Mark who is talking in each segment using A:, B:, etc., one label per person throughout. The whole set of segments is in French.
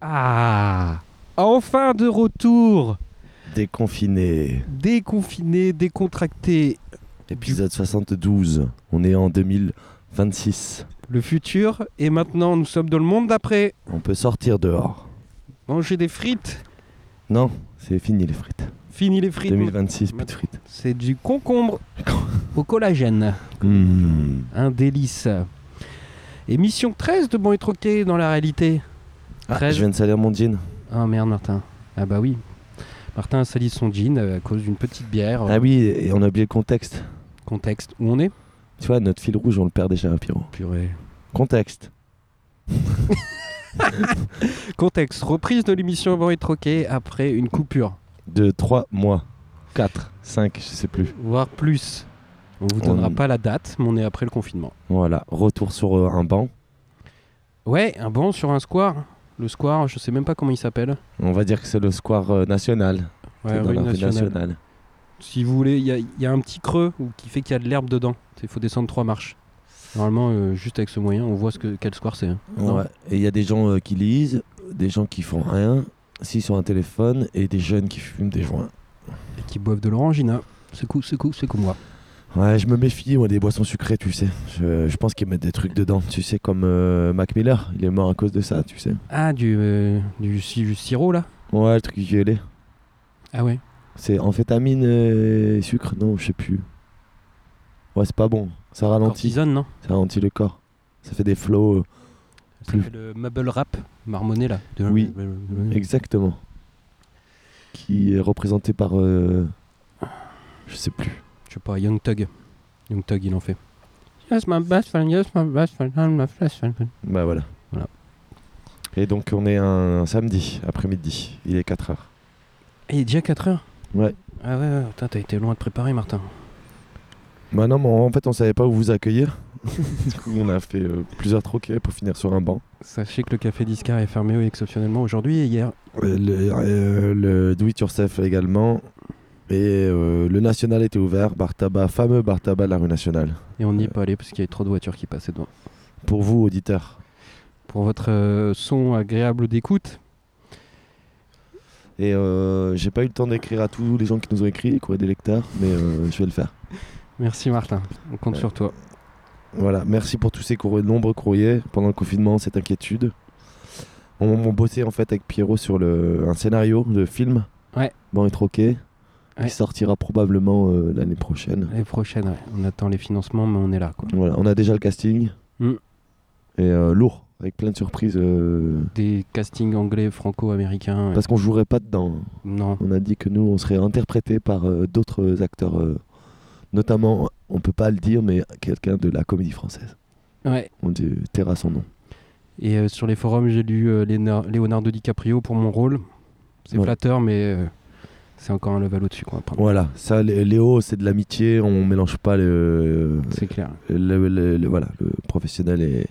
A: Ah Enfin de retour
B: Déconfiné.
A: Déconfiné, décontracté.
B: Épisode 72. On est en 2026.
A: Le futur, et maintenant nous sommes dans le monde d'après.
B: On peut sortir dehors.
A: Manger des frites.
B: Non, c'est fini les frites.
A: Fini les frites.
B: 2026, plus de frites.
A: C'est du concombre au collagène.
B: Hmm.
A: Un délice. Émission 13 de Bon et Troqué dans la réalité.
B: Ah,
A: 13.
B: je viens de salir mon jean.
A: Ah merde Martin. Ah bah oui. Martin a sali son jean euh, à cause d'une petite bière.
B: Ah oui, et on a oublié le contexte.
A: Contexte où on est
B: Tu vois, notre fil rouge, on le perd déjà, hein, Pierrot.
A: Purée.
B: Contexte.
A: Contexte, reprise de l'émission Bon et Troqué après une coupure.
B: De 3 mois. 4, 5, je sais plus.
A: voire plus. On vous donnera
B: On-
A: pas la date, mais on est après le confinement.
B: Voilà, retour sur euh, un banc.
A: Ouais, un banc sur un square. Le square, je sais même pas comment il s'appelle.
B: On va dire que c'est le square euh, national.
A: Ouais,
B: C'est dans
A: rue
B: la rue
A: nationale.
B: nationale.
A: Si vous voulez, il y, a- il y a un petit creux où- qui fait qu'il y a de l'herbe dedans. Il faut descendre trois marches. Normalement, euh, juste avec ce moyen, on voit ce que, quel square c'est. hein. Non
B: Ouais. Et il y a des gens euh, qui lisent, des gens qui font rien, s'ils sont un téléphone, et des jeunes qui fument des joints.
A: Et qui boivent de l'orangina. C'est cool, c'est cool, c'est comme moi.
B: Ouais, je me méfie, moi, des boissons sucrées, tu sais. Je, je pense qu'ils mettent des trucs dedans, tu sais, comme euh, Mac Miller, il est mort à cause de ça, tu sais.
A: Ah, du, euh, du, si- du sirop là
B: Ouais, le truc violet.
A: Ah ouais.
B: C'est amphétamine euh, et sucre Non, je sais plus. Ouais, c'est pas bon. Ça ralentit,
A: Cortisone, non
B: ça ralentit le corps. Ça fait des flots. euh,
A: Ça euh,
B: Plus.
A: fait le mumble rap marmonné là. De-
B: Oui. Exactement. Qui est représenté par. euh, je sais plus.
A: Je sais pas, Young Thug. Young Thug, il en fait. Yes, my best friend, yes, my best friend, I'm my best friend.
B: Bah voilà.
A: Voilà.
B: Et donc on est un, samedi après-midi. Il est 4h.
A: Et il est déjà 4 heures
B: Ouais.
A: Ah ouais, ouais, putain, t'as été loin de préparer, Martin.
B: Bah non, mais en fait on savait pas où vous accueillir. du coup on a fait euh, plusieurs troquets pour finir sur un banc.
A: Sachez que le café Discar est fermé oui, exceptionnellement aujourd'hui et hier.
B: Euh, le, euh, le Do It Yourself également. Et euh, le National était ouvert. Bar tabac, fameux bar tabac de la rue Nationale.
A: Et on n'y est pas allé parce qu'il y avait trop de voitures qui passaient devant.
B: Pour vous auditeurs.
A: Pour votre euh, son agréable d'écoute,
B: Et euh, j'ai pas eu le temps d'écrire à tous les gens qui nous ont écrit, quoi, des lecteurs, mais euh, je vais le faire.
A: merci Martin, on compte
B: Ouais.
A: sur toi.
B: Voilà, merci pour tous ces courriers, nombreux courriers pendant le confinement, cette inquiétude. On, on bossait en fait avec Pierrot sur le, un scénario de film.
A: Ouais.
B: Bon et troqué.
A: Ouais.
B: Il sortira probablement euh, l'année prochaine.
A: Les prochaines, ouais. on attend les financements, mais on est là quoi.
B: Voilà, on a déjà le casting.
A: Mm.
B: Et euh, lourd, avec plein de surprises. euh,
A: Des castings anglais, franco-américains. euh,
B: Parce qu'on jouerait pas dedans.
A: Non,
B: On a dit que nous, on serait interprétés par euh, d'autres acteurs. euh, notamment, on peut pas le dire, mais quelqu'un de la comédie française.
A: ouais.
B: On dit Terra son nom.
A: Et euh, sur les forums, j'ai lu euh, Léna- Leonardo DiCaprio pour mon rôle. C'est
B: Voilà.
A: flatteur, mais euh, c'est encore un level au-dessus. quoi, à prendre.
B: Voilà, ça, Lé- Léo, c'est de l'amitié, on mélange pas le,
A: C'est clair.
B: le- le- le- voilà, le professionnel et,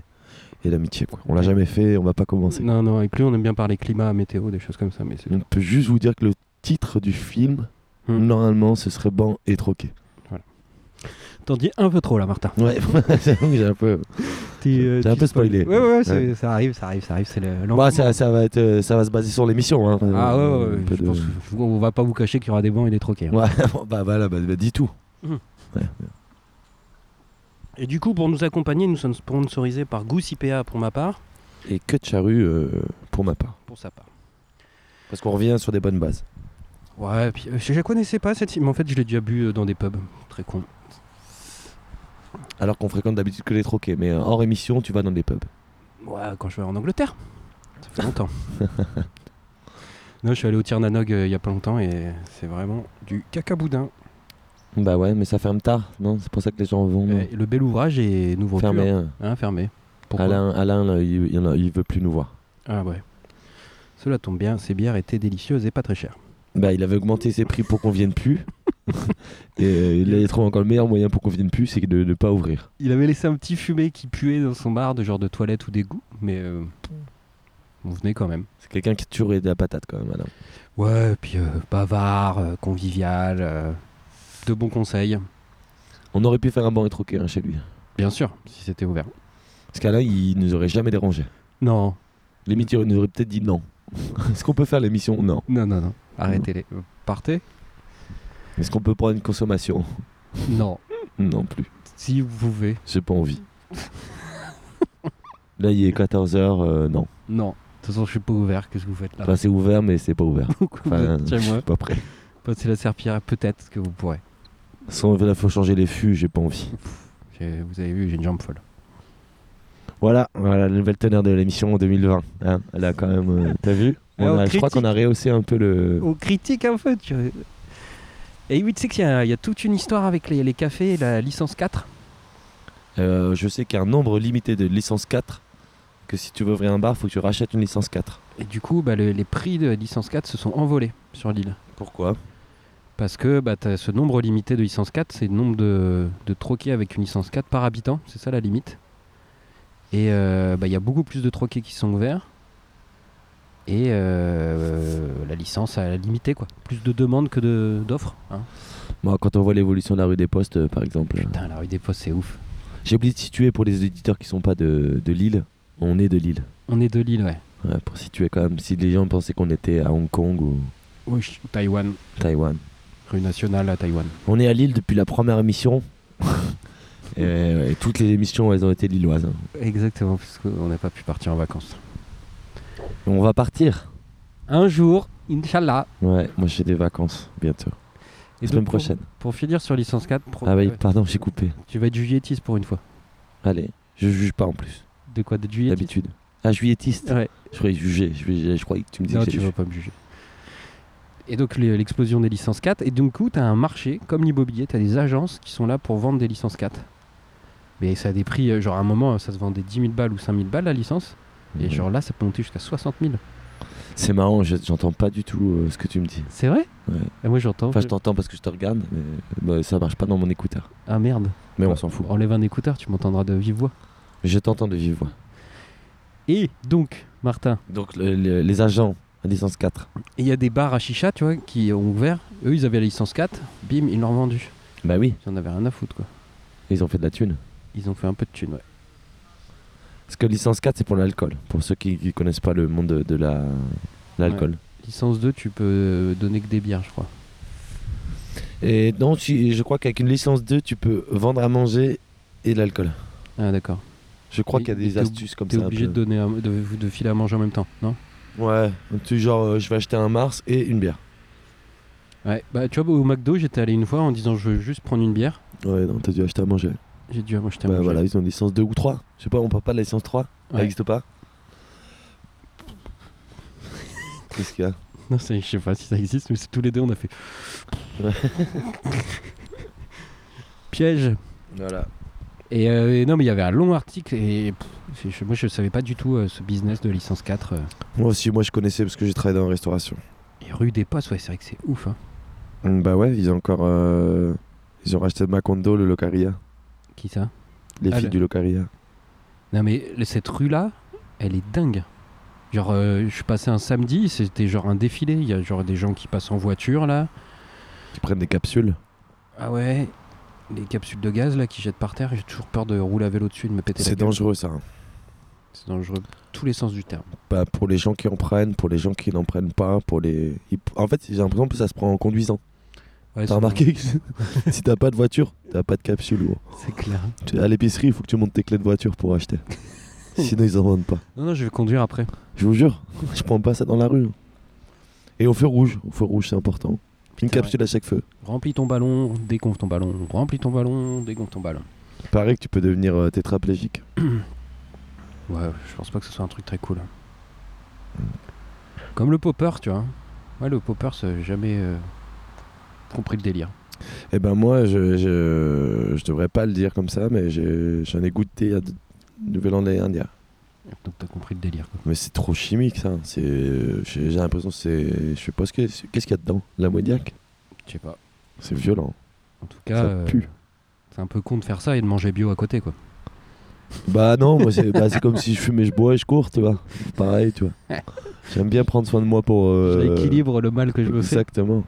B: et l'amitié. quoi. On l'a jamais fait, on va pas commencer.
A: Non, non, avec lui, on aime bien parler climat, météo, des choses comme ça. Mais c'est...
B: On peut juste vous dire que le titre du film,
A: Hmm.
B: normalement, ce serait Ban et Troqué.
A: T'en dis un peu trop là, Martin.
B: Ouais, j'avoue que j'ai un peu. J'ai un peu spoilé.
A: euh, Ouais, ouais, ouais, c'est-
B: Ouais.
A: ça arrive, ça arrive, ça arrive. C'est le...
B: Bah, ça, ça va être, euh, ça va se baser sur l'émission. hein.
A: Ah ouais, ouais,
B: Euh,
A: ouais,
B: un peu
A: je
B: de-
A: pense que- on va pas vous cacher qu'il y aura des bancs et des troquets. hein.
B: Ouais, bon, bah voilà, bah, bah, dis tout.
A: Et du coup, pour nous accompagner, nous sommes sponsorisés par Goose IPA pour ma part.
B: Et que de charrue euh, pour ma part.
A: Pour sa part.
B: Parce qu'on revient sur des bonnes bases.
A: Ouais, et puis euh, je la connaissais pas cette mais en fait, je l'ai déjà bu euh, dans des pubs. Très con.
B: Alors qu'on fréquente d'habitude que les troquets, mais euh, hors émission, tu vas dans des pubs.
A: Ouais, quand je vais en Angleterre. Ça fait longtemps. non, je suis allé au Tirnanog euh, il y a pas longtemps et c'est vraiment du cacaboudin.
B: Bah ouais, mais ça ferme tard, non C'est pour ça que les gens vont
A: Euh, le bel ouvrage est nouveau
B: fermer. hein.
A: Hein, fermé. Pourquoi
B: Alain, Alain là, il, il y en a- il veut plus nous voir.
A: Ah ouais. Cela tombe bien, ces bières étaient délicieuses et pas très chères.
B: Bah, il avait augmenté ses prix pour qu'on vienne plus. Et euh, il a trouvé encore le meilleur moyen pour qu'on vienne plus, c'est de ne pas ouvrir.
A: Il avait laissé un petit fumet qui puait dans son bar de genre de toilette ou d'égout, mais euh,
B: Mm.
A: on venait quand même.
B: C'est quelqu'un qui tuerait de la patate quand même, Alain.
A: Ouais, et puis euh, bavard, euh, convivial, euh, de bons conseils.
B: On aurait pu faire un banc et troquer hein, chez lui.
A: Bien sûr, si c'était ouvert.
B: Parce qu'Alain, il nous aurait jamais dérangé.
A: Non,
B: Limite, il nous aurait peut-être dit non. Est-ce qu'on peut faire l'émission Non.
A: Non, non, non. Arrêtez-les. Euh, Partez
B: Est-ce qu'on peut prendre une consommation
A: Non.
B: Non plus.
A: Si vous pouvez.
B: J'ai pas envie. Là, il est 14h, euh, non.
A: Non. De toute façon, je suis pas ouvert. Qu'est-ce que vous faites là
B: Enfin, c'est ouvert, mais c'est pas ouvert.
A: Beaucoup vous
B: Enfin, euh,
A: êtes
B: je
A: chez moi.
B: suis pas prêt.
A: Passez la serpillère, peut-être que vous pourrez.
B: Sans, il faut changer les fûts, j'ai pas envie.
A: J'ai- Vous avez vu, j'ai une jambe folle.
B: Voilà, voilà le nouvel teneur de l'émission en 2020. hein. Elle a quand même. euh, T'as vu On
A: Alors,
B: a- Je crois
A: critique. Oh.
B: qu'on a rehaussé un peu le.
A: On critique un peu. Tu... vois. Et oui, tu sais qu'il y, a- il y a toute une histoire avec les, les cafés, la licence 4.
B: Euh, je sais qu'un nombre limité de licences 4, que si tu veux ouvrir un bar, faut que tu rachètes une licence 4.
A: Et du coup, bah, le- les prix de licence 4 se sont envolés sur l'île.
B: Pourquoi
A: Parce que bah, t'as ce nombre limité de licence 4, c'est le nombre de, de troquets avec une licence 4 par habitant, c'est ça la limite. Et euh, bah, il y a beaucoup plus de troquets qui sont ouverts. Et euh, la licence a limité quoi. Plus de demandes que de- d'offres. hein.
B: Moi, quand on voit l'évolution de la rue des Postes, euh, par exemple.
A: Putain, la rue des postes, c'est ouf.
B: J'ai oublié de situer pour les éditeurs qui sont pas de, de Lille. On est de Lille.
A: On est de l'île, ouais.
B: Ouais, pour situer quand même. Si les gens pensaient qu'on était à Hong Kong ou
A: Wesh, Taïwan,
B: Taïwan.
A: rue nationale à Taïwan.
B: On est à Lille depuis la première émission. et, ouais, toutes les émissions, elles ont été lilloises. hein.
A: Exactement, parce qu'on n'a pas pu partir en vacances.
B: Et on va partir.
A: Un jour, Inch'Allah.
B: Ouais, moi j'ai des vacances bientôt.
A: Et
B: Semaine
A: donc, pour-
B: prochaine.
A: Pour finir sur licence 4, pro-
B: Ah oui,
A: ouais,
B: pardon, j'ai coupé.
A: tu vas être juilletiste pour une fois.
B: Allez, je juge pas en plus.
A: De quoi D'être juilletiste
B: D'habitude. Ah, juilletiste.
A: Ouais.
B: Je croyais juger. Je, je- je croyais que tu me disais
A: Non,
B: que
A: tu
B: j'allais
A: vas pas me juger. Et donc les- l'explosion des licences 4. Et donc, tu as un marché, comme l'immobilier, tu as des agences qui sont là pour vendre des licences 4. Mais ça a des prix, euh, genre à un moment, ça se vendait 10 000 balles ou 5 000 balles la licence.
B: juger.
A: Et genre là, ça peut monter jusqu'à 60 000.
B: C'est marrant, je- j'entends pas du tout euh, ce que tu me dis.
A: C'est vrai
B: Ouais.
A: Et moi j'entends.
B: Enfin, je t'entends parce que je te regarde, mais bah, ça marche pas dans mon écouteur.
A: Ah merde.
B: Mais on
A: Ouais.
B: s'en fout.
A: Enlève un écouteur, tu m'entendras de vive voix.
B: Mais je t'entends de vive voix.
A: Et donc, Martin,
B: Donc, le- le- les agents à licence 4.
A: il y a des bars à chicha, tu vois, qui ont ouvert. Eux, ils avaient la licence 4. Bim, ils l'ont revendue.
B: Bah oui,
A: Ils en avaient rien à foutre, quoi.
B: ils ont fait de la thune.
A: Ils ont fait un peu de thune, ouais.
B: Parce que licence 4, c'est pour l'alcool. Pour ceux qui, qui connaissent pas le monde de, de la l'alcool.
A: Licence 2, tu peux euh, donner que des bières, je crois.
B: Et non, tu- je crois qu'avec une licence 2, tu peux vendre à manger et de l'alcool.
A: Ah, d'accord.
B: Je crois
A: Et-
B: qu'il y a
A: et
B: des
A: t'es ob-
B: astuces comme
A: T'es
B: ça. un
A: obligé de,
B: peu.
A: donner à- de, de filer à manger en même temps, non
B: Ouais, tu genre, euh, je vais acheter un Mars et une bière.
A: Ouais. Bah, tu vois, au McDo, j'étais allé une fois en disant je veux juste prendre une bière.
B: Ouais, non, t'as dû acheter à manger.
A: J'ai dit, ah, moi, je t'aime.
B: Bah voilà, ils ont une licence 2 ou 3. Je sais pas, on parle pas de la licence 3 Elle n'existe pas Qu'est-ce qu'il y a
A: Non, c'est- je sais pas si ça existe, mais c'est tous les deux, on a fait.
B: Ouais.
A: Piège.
B: Voilà.
A: Et, euh, et non, mais il y avait un long article et pff, c'est- je- moi je savais pas du tout euh, ce business de licence 4. euh.
B: Moi aussi, moi je connaissais parce que j'ai travaillé dans la restauration.
A: et rue des Postes, ouais, c'est vrai que c'est ouf. hein.
B: Mm, Bah ouais, ils ont encore. euh, Ils ont racheté Macondo, le Locaria.
A: Qui ça
B: Les
A: Ah,
B: filles
A: le-
B: du Locaria.
A: Non, mais le- cette rue là, elle est dingue. Genre, euh, je suis passé un samedi, c'était genre un défilé. Il y a genre des gens qui passent en voiture là.
B: Qui prennent des capsules.
A: Ah ouais, les capsules de gaz là qui jettent par terre. J'ai toujours peur de rouler à vélo dessus, de me péter la
B: C'est
A: gueule.
B: dangereux ça. hein.
A: C'est dangereux, tous les sens du terme.
B: Bah, pour les gens qui en prennent, pour les gens qui n'en prennent pas, pour les. ils- En fait, j'ai l'impression que ça se prend en conduisant.
A: Ouais, c'est-
B: T'as remarqué que si t'as pas de voiture, t'as pas de capsule. gros.
A: C'est clair.
B: Tu- À l'épicerie, il faut que tu montes tes clés de voiture pour acheter. Sinon, ils en vendent pas.
A: Non, non, je vais conduire après.
B: Je vous jure, je prends pas ça dans la rue. hein. Et au feu rouge, au feu rouge c'est important. Une
A: Putain, ouais.
B: capsule à chaque feu.
A: Remplis ton ballon, dégonfle ton ballon, remplis ton ballon, dégonfle ton ballon.
B: Pareil que tu peux devenir euh, tétraplégique.
A: Ouais, je pense pas que ce soit un truc très cool. Mm. Comme le popper, tu vois. Ouais, le popper, ça, j'ai jamais euh, compris le délire.
B: Eh ben moi, je, je, je devrais pas le dire comme ça, mais j'ai- j'en ai goûté il y a deux- Nouvel An de l'année dernière.
A: Donc t'as compris le délire. quoi.
B: Mais c'est trop chimique ça. C'est, j'ai, j'ai l'impression que c'est, je sais pas ce que, c'est- qu'est-ce qu'il y a dedans. L'ammoniaque.
A: Je sais pas.
B: C'est violent.
A: En tout cas,
B: Ça
A: euh,
B: pue.
A: c'est un peu con de faire ça et de manger bio à côté, quoi.
B: Bah non, moi c'est, bah, c'est comme si je fumais, je bois et je cours, tu vois. Pareil, tu vois. J'aime bien prendre soin de moi pour. euh,
A: J'équilibre le mal que je me fais.
B: Exactement.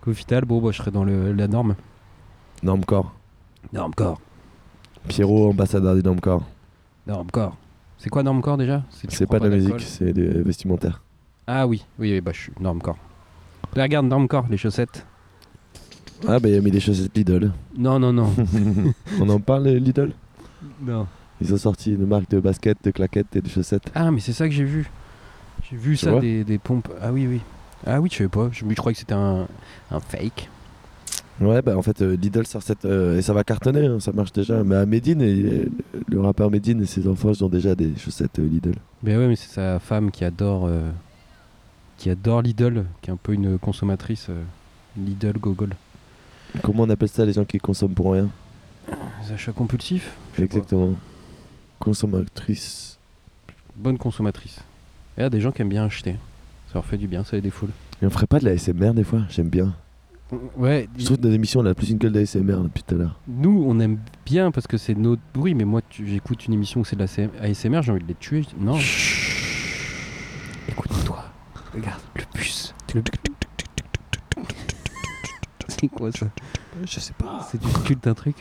A: Qu'au final, bon, bah, je serais dans le- la norme.
B: Norme corps.
A: Norme corps.
B: Pierrot, ambassadeur des normes corps.
A: Norme corps. C'est quoi norme corps déjà tu
B: C'est
A: prends
B: pas de la
A: d'alcool.
B: musique, c'est des vestimentaires.
A: Ah oui, oui, oui, bah je suis normcore. Là, regarde, normcore, les chaussettes.
B: Ah, bah il a mis des chaussettes Lidl.
A: Non, non, non.
B: On en parle, les Lidl
A: non.
B: Ils ont sorti une marque de baskets, de claquettes et de chaussettes.
A: Ah, mais c'est ça que j'ai vu. J'ai vu
B: Tu
A: ça
B: vois
A: des, des pompes. Ah oui, oui. Ah oui, je savais pas. Je, je croyais que c'était un, un fake.
B: Ouais, bah en fait, euh, Lidl sort cette. euh, et ça va cartonner, hein, ça marche déjà. Mais à Medine, il est- le rappeur Medine et ses enfants, ils ont déjà des chaussettes euh, Lidl.
A: Mais Ben ouais, mais c'est sa femme qui adore, euh, qui adore Lidl, qui est un peu une consommatrice euh, Lidl gogol.
B: Comment on appelle ça les gens qui consomment pour rien
A: Les achats compulsifs Je sais pas.
B: Exactement. Consommatrice.
A: Bonne consommatrice. Et là, des gens qui aiment bien acheter. Ça leur fait du bien, ça les défoule.
B: Et on ferait pas de la SMR des fois J'aime bien.
A: Ouais,
B: Je trouve que dans l'émission, on a plus une gueule d'ASMR depuis tout à l'heure.
A: nous, on aime bien parce que c'est notre bruit, mais moi, tu- j'écoute une émission où c'est de la CM ASMR, j'ai envie de les tuer. Non. Écoute-toi. Regarde, le puce. C'est quoi ça
B: Je sais pas.
A: C'est du culte d'un truc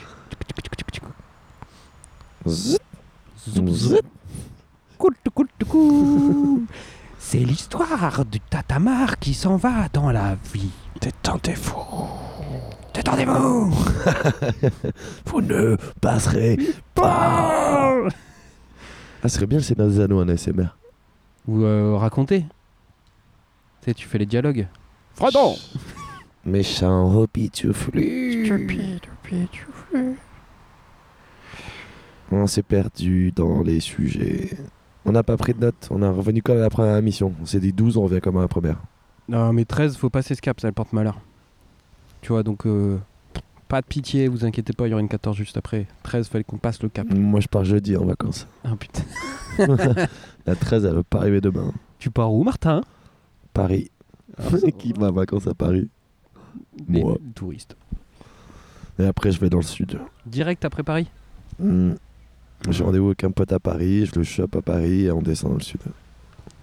B: Zut.
A: C'est l'histoire du tatamar qui s'en va dans la vie.
B: Détendez-vous.
A: Détendez-vous
B: Vous ne passerez pas. Ah, ce serait bien le Seigneur des Anneaux en ASMR.
A: Ou euh, raconter. Tu sais, tu fais les dialogues. Frodon
B: Méchant Hobbit, tu flies. On s'est perdu dans les sujets. On n'a pas pris de notes, on est revenu comme à la première mission. On s'est dit 12, on revient comme à la première.
A: Non, mais 13, faut passer ce cap, ça le porte malheur. Tu vois, donc euh, pas de pitié, vous inquiétez pas, il y aura une 14 juste après. 13, fallait qu'on passe le cap.
B: Moi, je pars jeudi en vacances.
A: Ah putain.
B: La 13, elle va pas arriver demain.
A: Tu pars où, Martin
B: Paris. Qui va en vacances à Paris
A: Les
B: Moi.
A: touristes.
B: Et après, je vais dans le sud.
A: Direct après Paris
B: Mm. J'ai rendez-vous avec un pote à Paris, je le chope à Paris et on descend dans le sud.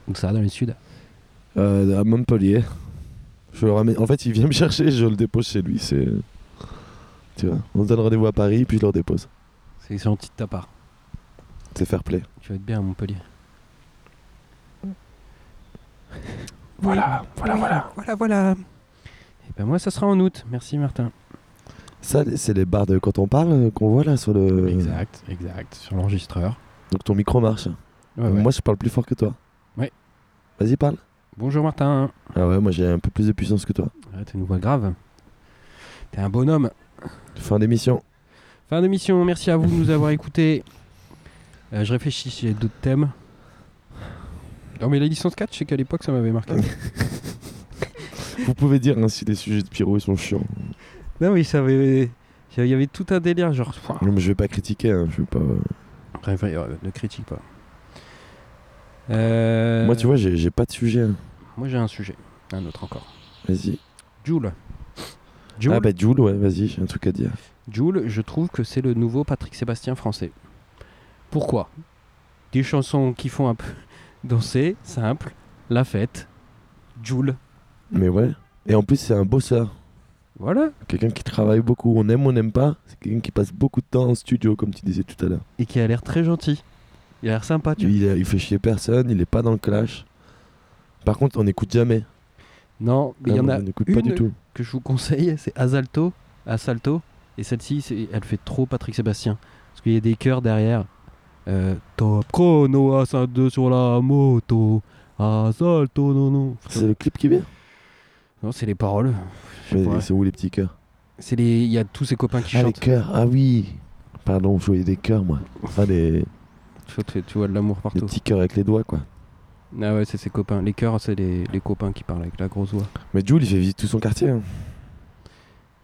A: Ou ça, dans le sud.
B: Euh, à Montpellier. Je le ramène. En fait, il vient me chercher, je le dépose chez lui. C'est. Tu vois, on se donne rendez-vous à Paris, puis je le dépose.
A: C'est gentil de ta part.
B: C'est fair play.
A: Tu vas être bien à Montpellier.
B: Voilà, voilà, voilà.
A: Voilà, voilà. Et ben moi, ça sera en août. Merci, Martin.
B: Ça, c'est les barres de quand on parle euh, qu'on voit là sur le.
A: Exact, exact. Sur l'enregistreur.
B: Donc ton micro marche.
A: Ouais, ouais.
B: Moi, je parle plus fort que toi.
A: Ouais.
B: Vas-y, parle.
A: Bonjour, Martin.
B: Ah ouais, moi j'ai un peu plus de puissance que toi.
A: Ah, T'as une voix grave. T'es un bonhomme.
B: Fin d'émission.
A: Fin d'émission, merci à vous de nous avoir écoutés. Euh, je réfléchis si j'ai d'autres thèmes. Non mais la licence 4, je sais qu'à l'époque ça m'avait marqué.
B: Vous pouvez dire ainsi si les sujets de Pierrot ils sont chiants.
A: non mais ça avait... Il y avait tout un délire, genre... Pouah.
B: Non, mais je vais pas critiquer, hein, je vais pas.
A: Bref, ouais, ouais, ne critique pas. Euh,
B: Moi, tu vois, j'ai j'ai pas de sujet. hein.
A: Moi j'ai un sujet, un autre encore.
B: Vas-y.
A: Joule. Joule,
B: Ah bah, Jules, ouais, vas-y, j'ai un truc à dire.
A: Joule, je trouve que c'est le nouveau Patrick Sébastien français. Pourquoi Des chansons qui font un peu danser, simple, la fête, Joule.
B: Mais ouais. Et en plus, c'est un bosseur.
A: Voilà.
B: Quelqu'un qui travaille beaucoup, on aime ou on n'aime pas, c'est quelqu'un qui passe beaucoup de temps en studio, comme tu disais tout à l'heure.
A: et qui a l'air très gentil. Il a l'air sympa, tu vois.
B: Il, il fait chier personne, il est pas dans le clash. Par contre, on n'écoute jamais.
A: Non, mais il y
B: Ah,
A: en a
B: on n'écoute
A: une
B: pas du tout.
A: que je vous conseille, c'est Asalto. Asalto. Et celle-ci, c'est- elle fait trop Patrick Sébastien. Parce qu'il y a des chœurs derrière. Euh, top chrono à 5-2 sur la moto. Asalto, non, non.
B: C'est le clip qui vient
A: Non, c'est les paroles. Je sais
B: Mais
A: pas.
B: c'est où les petits cœurs
A: C'est les. Il y a tous ses copains qui
B: Ah, les
A: chantent.
B: cœurs, ah oui Pardon, je voyais des cœurs, moi. Enfin, les, les
A: Tu vois, tu- tu vois de l'amour partout.
B: petits cœurs avec les doigts, quoi.
A: Ah ouais, c'est ses copains. Les chœurs, c'est les, les copains qui parlent avec la grosse voix.
B: Mais Jules, il fait visiter tout son quartier. hein.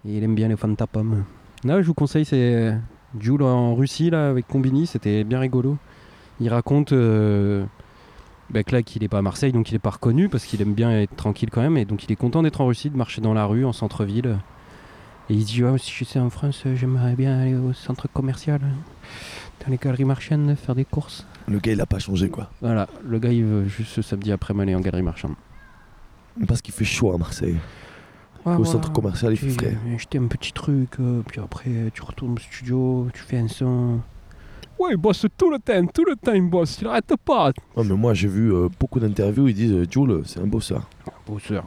A: Et il aime bien les Fanta Pomme. Non, je vous conseille, c'est Jules en Russie, là, avec Combini, c'était bien rigolo. Il raconte euh, bah, que là, qu'il n'est pas à Marseille, donc il n'est pas reconnu, parce qu'il aime bien être tranquille quand même, et donc il est content d'être en Russie, de marcher dans la rue, en centre-ville. Et il se dit, Ouais, si j'étais en France, euh, j'aimerais bien aller au centre commercial, euh, dans les galeries marchandes, faire des courses.
B: Le gars, il a pas changé, quoi.
A: Voilà, le gars, il veut juste ce samedi après-midi aller en galerie marchande.
B: Parce qu'il fait chaud à Marseille.
A: Ouais,
B: Au
A: voilà.
B: centre commercial, il fait
A: Tu
B: frais.
A: acheter un petit truc, euh, puis après tu retournes au studio, tu fais un son, Ouais, il bosse tout le temps, tout le temps, il bosse, il arrête pas.
B: Ouais, mais moi, j'ai vu euh, beaucoup d'interviews, ils disent euh, Jules, c'est un bosseur.
A: Bosseur.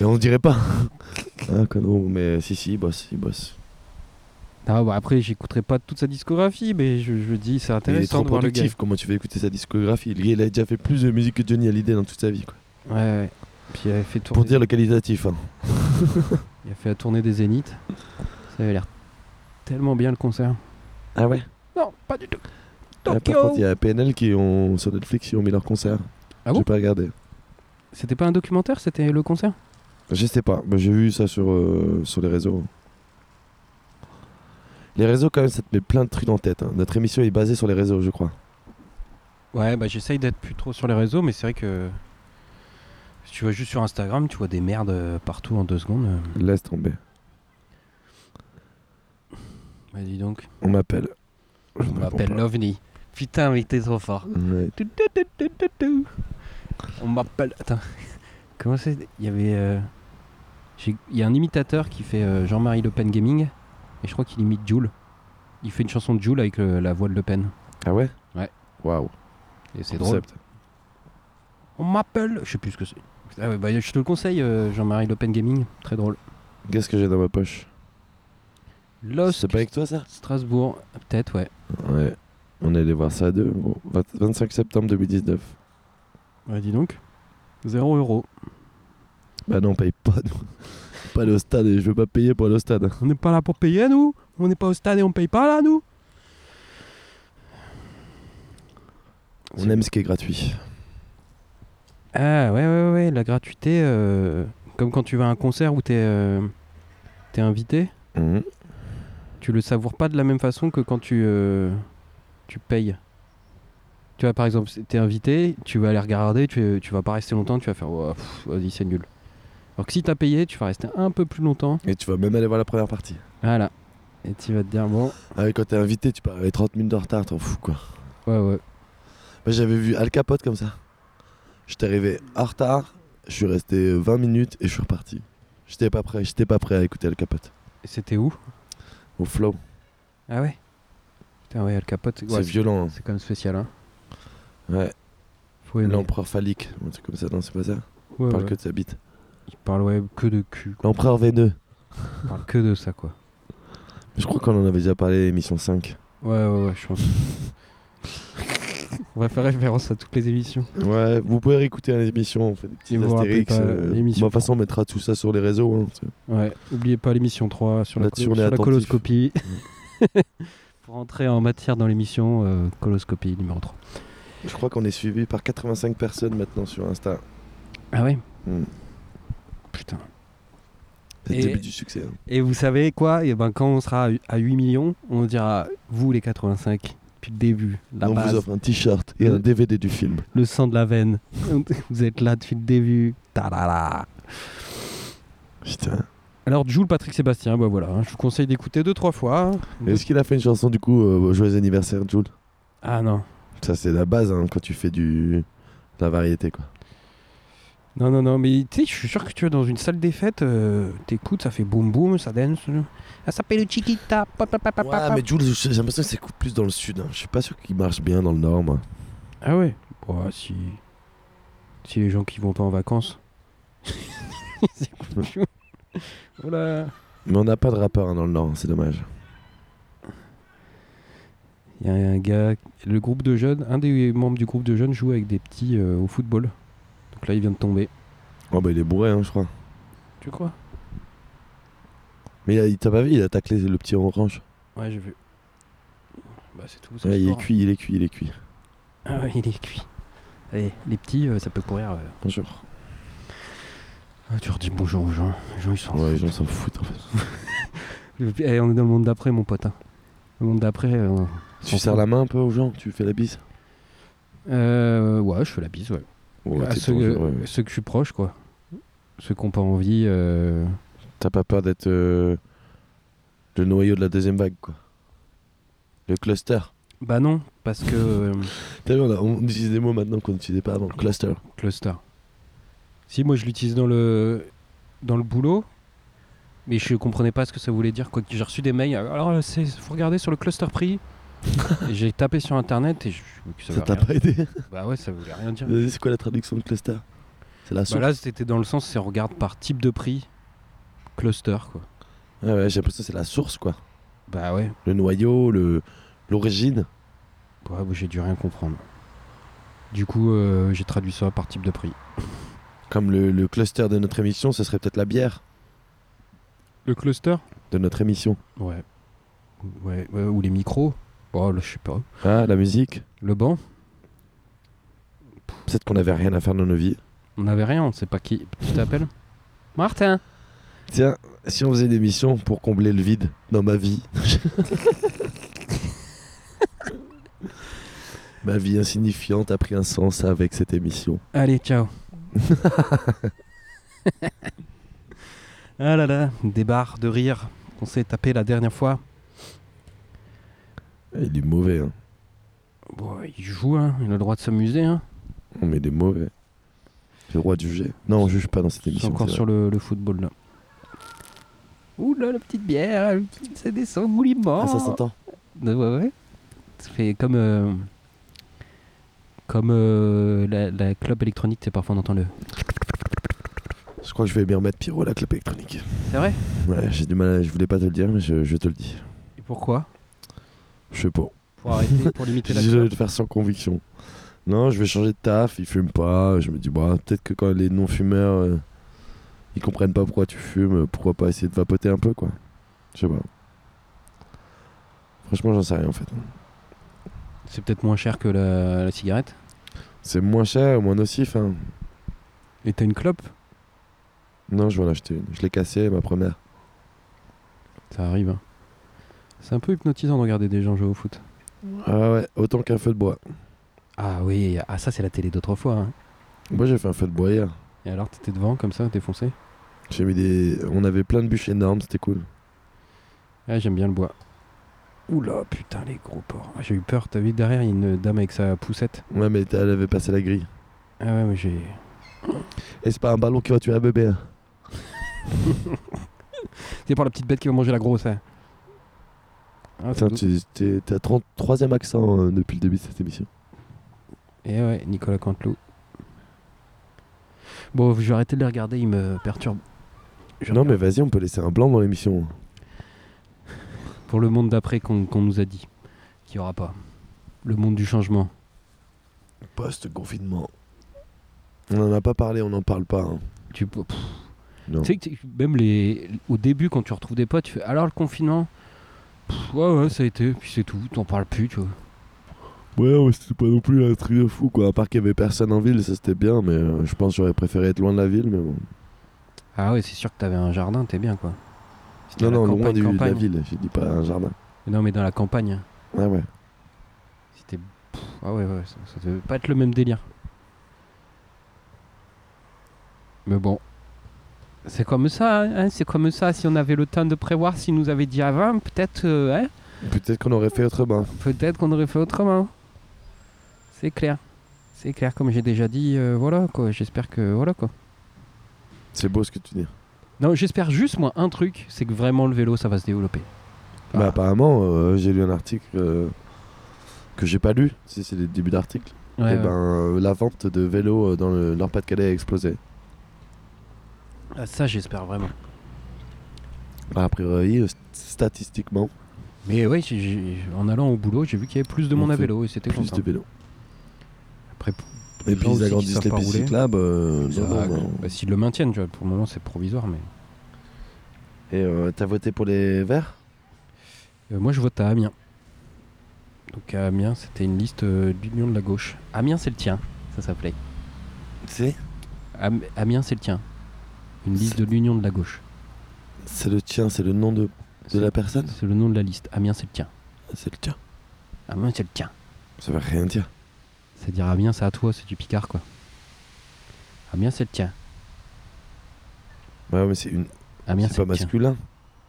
B: Et on ne dirait pas. ah, connard, mais si, si, il bosse, il bosse.
A: Ah, bah, après, j'écouterai pas toute sa discographie, mais je, je dis, c'est
B: Il
A: intéressant.
B: est trop
A: de voir le gars.
B: productif, comment tu veux écouter sa discographie Il il a déjà fait plus de musique que Johnny Hallyday dans toute sa vie. quoi.
A: Ouais, ouais. Puis il avait fait tourner,
B: Pour dire le qualitatif. hein.
A: il a fait la tournée des Zéniths. Ça avait l'air tellement bien le concert.
B: Ah ouais
A: Non, pas du tout.
B: Eh, Par contre, il y a PNL qui ont, sur Netflix, ils ont mis leur concert.
A: Ah bon
B: J'ai pas regardé.
A: C'était pas un documentaire, c'était le concert
B: Je sais pas, mais j'ai vu ça sur, euh, sur les réseaux. Les réseaux, quand même, ça te met plein de trucs en tête. hein. Notre émission est basée sur les réseaux, je crois.
A: Ouais, bah j'essaye d'être plus trop sur les réseaux, mais c'est vrai que si tu vas juste sur Instagram, tu vois des merdes euh, partout en deux secondes. euh.
B: Laisse tomber.
A: Bah dis donc,
B: On m'appelle. Je
A: on
B: ne
A: m'appelle
B: réponds
A: l'OVNI. Putain, mais t'es trop fort.
B: pas. Ouais.
A: Tu, tu, tu, tu, tu, tu. On m'appelle. Attends, comment c'est Il y avait. euh, j'ai- Il y a un imitateur qui fait euh, Jean-Marie Le Pen Gaming, et je crois qu'il imite Jules. Il fait une chanson de Jules avec euh, la voix de Le Pen.
B: Ah ouais
A: Ouais.
B: Waouh.
A: Et c'est drôle.
B: Concept.
A: On m'appelle. Je sais plus ce que c'est. Ah ouais, bah, je te le conseille, euh, Jean-Marie Le Pen Gaming. Très drôle.
B: Qu'est-ce que j'ai dans ma poche
A: Lost
B: C'est pas avec toi, ça
A: Strasbourg, peut-être, ouais.
B: Ouais. On est allé voir ça à deux. gros. 20 25 septembre 2019.
A: Ouais, dis donc. 0 euros.
B: Bah non, on paye pas, nous. pas le stade et je veux pas payer pour le stade. hein.
A: On n'est pas là pour payer, nous On n'est pas au stade et on paye pas, là, nous
B: On aime ce qui est gratuit.
A: Ah, ouais, ouais, ouais, la gratuité, euh, comme quand tu vas à un concert où t'es euh, t'es invité,
B: Mhm.
A: tu le savoures pas de la même façon que quand tu, euh, tu payes. Tu vois, par exemple, c'est- t'es invité, tu vas aller regarder, tu, tu vas pas rester longtemps, tu vas faire, Ouah, pff, vas-y, c'est nul. Alors que si t'as payé, tu vas rester un peu plus longtemps.
B: Et tu vas même aller voir la première partie.
A: Voilà. Et tu vas te dire, bon,
B: Ah ouais, quand t'es invité, tu parles les 30 minutes de retard, t'en fous quoi.
A: ouais, ouais.
B: Moi j'avais vu Al Capote comme ça. J'étais arrivé en retard, je suis resté 20 minutes et je suis reparti. J'étais pas prêt, j'étais pas prêt à écouter Al Capote.
A: Et C'était où
B: Au flow,
A: Ah ouais Putain, ouais, Al Capote, ouais,
B: c'est violent. hein.
A: C'est quand même spécial, hein.
B: Ouais,
A: Faut aimer.
B: l'empereur phallique, un truc comme ça, non, c'est pas ça.
A: Ouais,
B: On parle
A: ouais.
B: que de sa bite.
A: Il parle ouais, que de cul, quoi.
B: L'empereur veineux.
A: Il parle que de ça, quoi.
B: Je crois qu'on en avait déjà parlé à l'émission 5.
A: Ouais, ouais, ouais, je pense. On va faire référence à toutes les émissions.
B: Ouais, vous pouvez réécouter à l'émission, on fait des petits
A: Si vous vous rappelez
B: astérix.
A: pas
B: euh,
A: l'émission.
B: bon, de toute façon, on mettra tout ça sur les réseaux. hein, tu sais.
A: Ouais, oubliez pas l'émission 3 sur la,
B: Là-dessus,
A: colo-
B: on est
A: sur la
B: attentif.
A: coloscopie.
B: Mm.
A: Pour entrer en matière dans l'émission, euh, coloscopie numéro 3.
B: Je crois qu'on est suivi par 85 personnes maintenant sur Insta.
A: Ah ouais
B: Hmm.
A: Putain.
B: C'est le
A: Et-
B: début du succès. hein.
A: Et vous savez quoi Et ben quand on sera à hu- à 8 millions, on dira, vous les 85, depuis le début, la
B: on
A: base.
B: vous offre un t-shirt et un
A: Le-
B: DVD du film.
A: le sang de la veine. Vous êtes là depuis le début. Ta-da-da.
B: Putain.
A: Alors Jules Patrick Sébastien, bah voilà, hein, je vous conseille d'écouter deux trois fois. hein.
B: Est-ce qu'il a fait une chanson du coup euh, Joyeux anniversaire, Jules
A: Ah non,
B: Ça, c'est la base hein, quand tu fais du. de la variété, quoi.
A: non non non, mais tu sais, je suis sûr que tu es dans une salle des fêtes, euh, t'écoutes, ça fait boum boum, ça dance. euh. Ah, ça s'appelle le Chiquita. pop, pop, pop, pop, pop.
B: mais Jules, j'ai l'impression que ça coûte plus dans le sud. hein. Je suis pas sûr qu'il marche bien dans le nord, moi.
A: Ah ouais. Bon, si si les gens qui vont pas en vacances. Ils écoutent Jules. Oula.
B: Mais on n'a pas de rappeur hein, dans le nord, c'est dommage.
A: Il y a un gars, le groupe de jeunes, un des membres du groupe de jeunes joue avec des petits euh, au football. Donc là, il vient de tomber.
B: Oh, bah il est bourré, hein, je crois.
A: Tu crois
B: Mais il a- il t'a pas vu, il a taclé le petit orange.
A: Ouais, j'ai vu. Bah, c'est tout.
B: Ouais, il est cuit, il est cuit, il est cuit.
A: Ah ouais, il est cuit. Allez, les petits, euh, ça peut courir. euh.
B: Bonjour.
A: Ah, tu redis bonjour aux gens. Les gens, ils sont.
B: Ouais, les gens s'en foutent en fait.
A: Eh, on est dans le monde d'après, mon pote. hein. Le monde d'après. euh, on-
B: Tu serres la main un peu aux gens, tu fais la bise
A: Euh, ouais, je fais la bise, ouais.
B: Ouais,
A: À
B: t'es
A: ceux,
B: dangereux, ouais,
A: euh,
B: ouais.
A: ceux que je suis proche, quoi. Ceux qui n'ont pas envie. euh,
B: T'as pas peur d'être euh, le noyau de la deuxième vague, quoi. Le cluster.
A: Bah non, parce que. euh,
B: T'as vu, on, a- on utilise des mots maintenant qu'on n'utilisait pas avant. Cluster.
A: cluster. Si moi je l'utilise dans le dans le boulot, mais je comprenais pas ce que ça voulait dire. Quoi que j'ai reçu des mails. Alors euh, c'est faut regarder sur le cluster prix. Et J'ai tapé sur internet et je je- que ça,
B: Ça Euh,
A: veut
B: t'a
A: rien-
B: pas aidé
A: Bah ouais, ça voulait rien dire.
B: Vas-y, C'est quoi la traduction de cluster C'est la
A: Bah
B: soupe
A: là, c'était dans le sens, c'est regarde par type de prix, cluster quoi.
B: Ouais, Ah ouais, J'ai l'impression que c'est la source, quoi.
A: Bah ouais,
B: Le noyau, le l'origine.
A: Ouais, bah, j'ai dû rien comprendre. Du coup, euh, j'ai traduit ça par type de prix.
B: Comme le, le cluster de notre émission, ce serait peut-être la bière
A: Le cluster
B: de notre émission.
A: Ouais. Ouais, ouais, ou les micros. Oh, là, je sais pas.
B: Ah, la musique.
A: Le banc
B: Peut-être qu'on avait rien à faire dans nos vies.
A: On n'avait rien, on sait pas qui. Tu t'appelles Martin
B: Tiens, si on faisait une émission pour combler le vide dans ma vie. ma vie insignifiante a pris un sens avec cette émission.
A: Allez, ciao. ah là là, des barres de rire qu'on s'est tapé la dernière fois.
B: Il est mauvais, hein.
A: Bon, il joue, hein, il a le droit de s'amuser. Hein.
B: On met des mauvais. J'ai le droit de juger. Non, on juge pas dans cette
A: C'est
B: émission.
A: encore
B: c'est
A: sur le, le football là. Ouh là, la petite bière, la petite- ça descend moulimment.
B: vrai. Ah, ça s'entend.
A: Ouais, ouais, ouais. Ça fait comme. euh, comme euh, la, la clope électronique, tu sais, parfois on entend le.
B: Je crois que je vais bien remettre Pyro à la clope électronique.
A: C'est vrai
B: Ouais, j'ai du mal. à- Je voulais pas te le dire, mais je, je te le dis.
A: Et pourquoi
B: Je sais pas.
A: Pour arrêter, pour limiter la
B: J'ai de
A: clope.
B: le faire sans conviction. Non, je vais changer de taf, ils fument pas. Je me dis, bah, peut-être que quand les non-fumeurs, euh, ils comprennent pas pourquoi tu fumes, euh, pourquoi pas essayer de vapoter un peu, quoi. Je sais pas. Franchement, j'en sais rien en fait.
A: C'est peut-être moins cher que la, la cigarette.
B: C'est moins cher, moins nocif. Hein.
A: Et t'as une clope
B: Non, je vais en acheter une. Je l'ai cassée, ma première.
A: Ça arrive. hein. C'est un peu hypnotisant de regarder des gens jouer au foot.
B: Ah ouais, autant qu'un feu de bois.
A: Ah oui, ah ça c'est la télé d'autrefois. hein.
B: Moi, j'ai fait un feu de bois hier.
A: Et alors t'étais devant comme ça, défoncé
B: J'ai mis des. On avait plein de bûches énormes, c'était cool.
A: Ah j'aime bien le bois. Oula putain les gros porcs. Ah, J'ai eu peur, t'as vu derrière il y a une dame avec sa poussette.
B: Ouais, mais elle avait passé la grille.
A: Ah ouais mais j'ai...
B: Et c'est pas un ballon qui va tuer un bébé. hein.
A: C'est pour la petite bête qui va manger la grosse. hein. Ah, c'est
B: Putain,
A: doux.
B: tu- t'es t'es à 33 e accent euh, depuis le début de cette émission.
A: Et Eh ouais, Nicolas Canteloup. Bon, je vais arrêter de les regarder, ils me perturbent. Je
B: non, mais
A: regarde
B: vas-y, on peut laisser un blanc dans l'émission.
A: Pour le monde d'après qu'on qu'on nous a dit, qu'il n'y aura pas. Le monde du changement.
B: Post-confinement. On en a pas parlé, on n'en parle pas. hein.
A: Tu peux- pff,
B: Non.
A: tu sais que tu- même les, au début, quand tu retrouves des potes, tu fais alors le confinement Pff, Ouais, ouais, ça a été, puis c'est tout, t'en parles plus, tu vois.
B: Ouais, ouais, c'était pas non plus un truc de fou, quoi. À part qu'il y avait personne en ville, ça c'était bien, mais euh, je pense que j'aurais préféré être loin de la ville, mais bon.
A: Ah ouais, c'est sûr que t'avais un jardin, t'es bien quoi. Si t'es
B: Non,
A: à la
B: non, loin
A: campagne,
B: du- de la
A: campagne.
B: ville, j'ai dit pas un jardin.
A: Non, mais dans la campagne. hein.
B: Ah ouais.
A: C'était. pff, Ah ouais, ouais, ça, ça devait pas être le même délire. Mais bon. C'est comme ça, hein, c'est comme ça. Si on avait le temps de prévoir, s'ils nous avaient dit avant, peut-être euh, hein,
B: Peut-être qu'on aurait fait autrement.
A: peut-être qu'on aurait fait autrement. C'est clair. C'est clair, comme j'ai déjà dit, euh, voilà quoi. J'espère que. Voilà quoi.
B: C'est beau ce que tu dis.
A: Non, j'espère juste, moi, un truc, c'est que vraiment le vélo, ça va se développer.
B: Bah,
A: Ah.
B: apparemment, euh, j'ai lu un article euh, que j'ai pas lu, si c'est les débuts d'article.
A: Ouais,
B: et
A: ouais.
B: ben, euh, la vente de vélos euh, dans le nord Pas-de-Calais a explosé.
A: Ah, ça, j'espère vraiment.
B: Bah, a priori, euh, st- statistiquement,
A: Mais ouais, j'ai- j'ai- en allant au boulot, j'ai vu qu'il y avait plus de
B: On
A: monde à
B: fait
A: vélo et c'était
B: plus
A: content.
B: de vélos.
A: Après, Les
B: Et puis
A: gens aussi
B: ils
A: qui
B: agrandissent
A: savent
B: les
A: pas
B: pistes
A: rouler.
B: cyclables. euh,
A: Ça
B: non,
A: va,
B: non,
A: quoi.
B: non.
A: Bah, S'ils le maintiennent, tu vois, pour le moment c'est provisoire, mais.
B: Et euh, t'as voté pour les Verts
A: Euh, moi je vote à Amiens. Donc à Amiens, c'était une liste euh, d'union de la gauche. Amiens c'est le tien, ça s'appelait.
B: C'est
A: Am- Amiens c'est le tien. Une liste de l'union de la gauche.
B: C'est le tien, c'est le nom de, de
A: C'est-
B: la personne
A: C'est le nom de la liste. Amiens c'est le tien.
B: C'est le tien.
A: Amiens c'est le tien.
B: Ça veut rien dire.
A: C'est-à-dire Amiens c'est à toi, c'est du Picard quoi. Amiens c'est le tien.
B: Ouais, mais c'est une.
A: Amiens
B: c'est
A: Ah, c'est
B: pas
A: le tien.
B: masculin.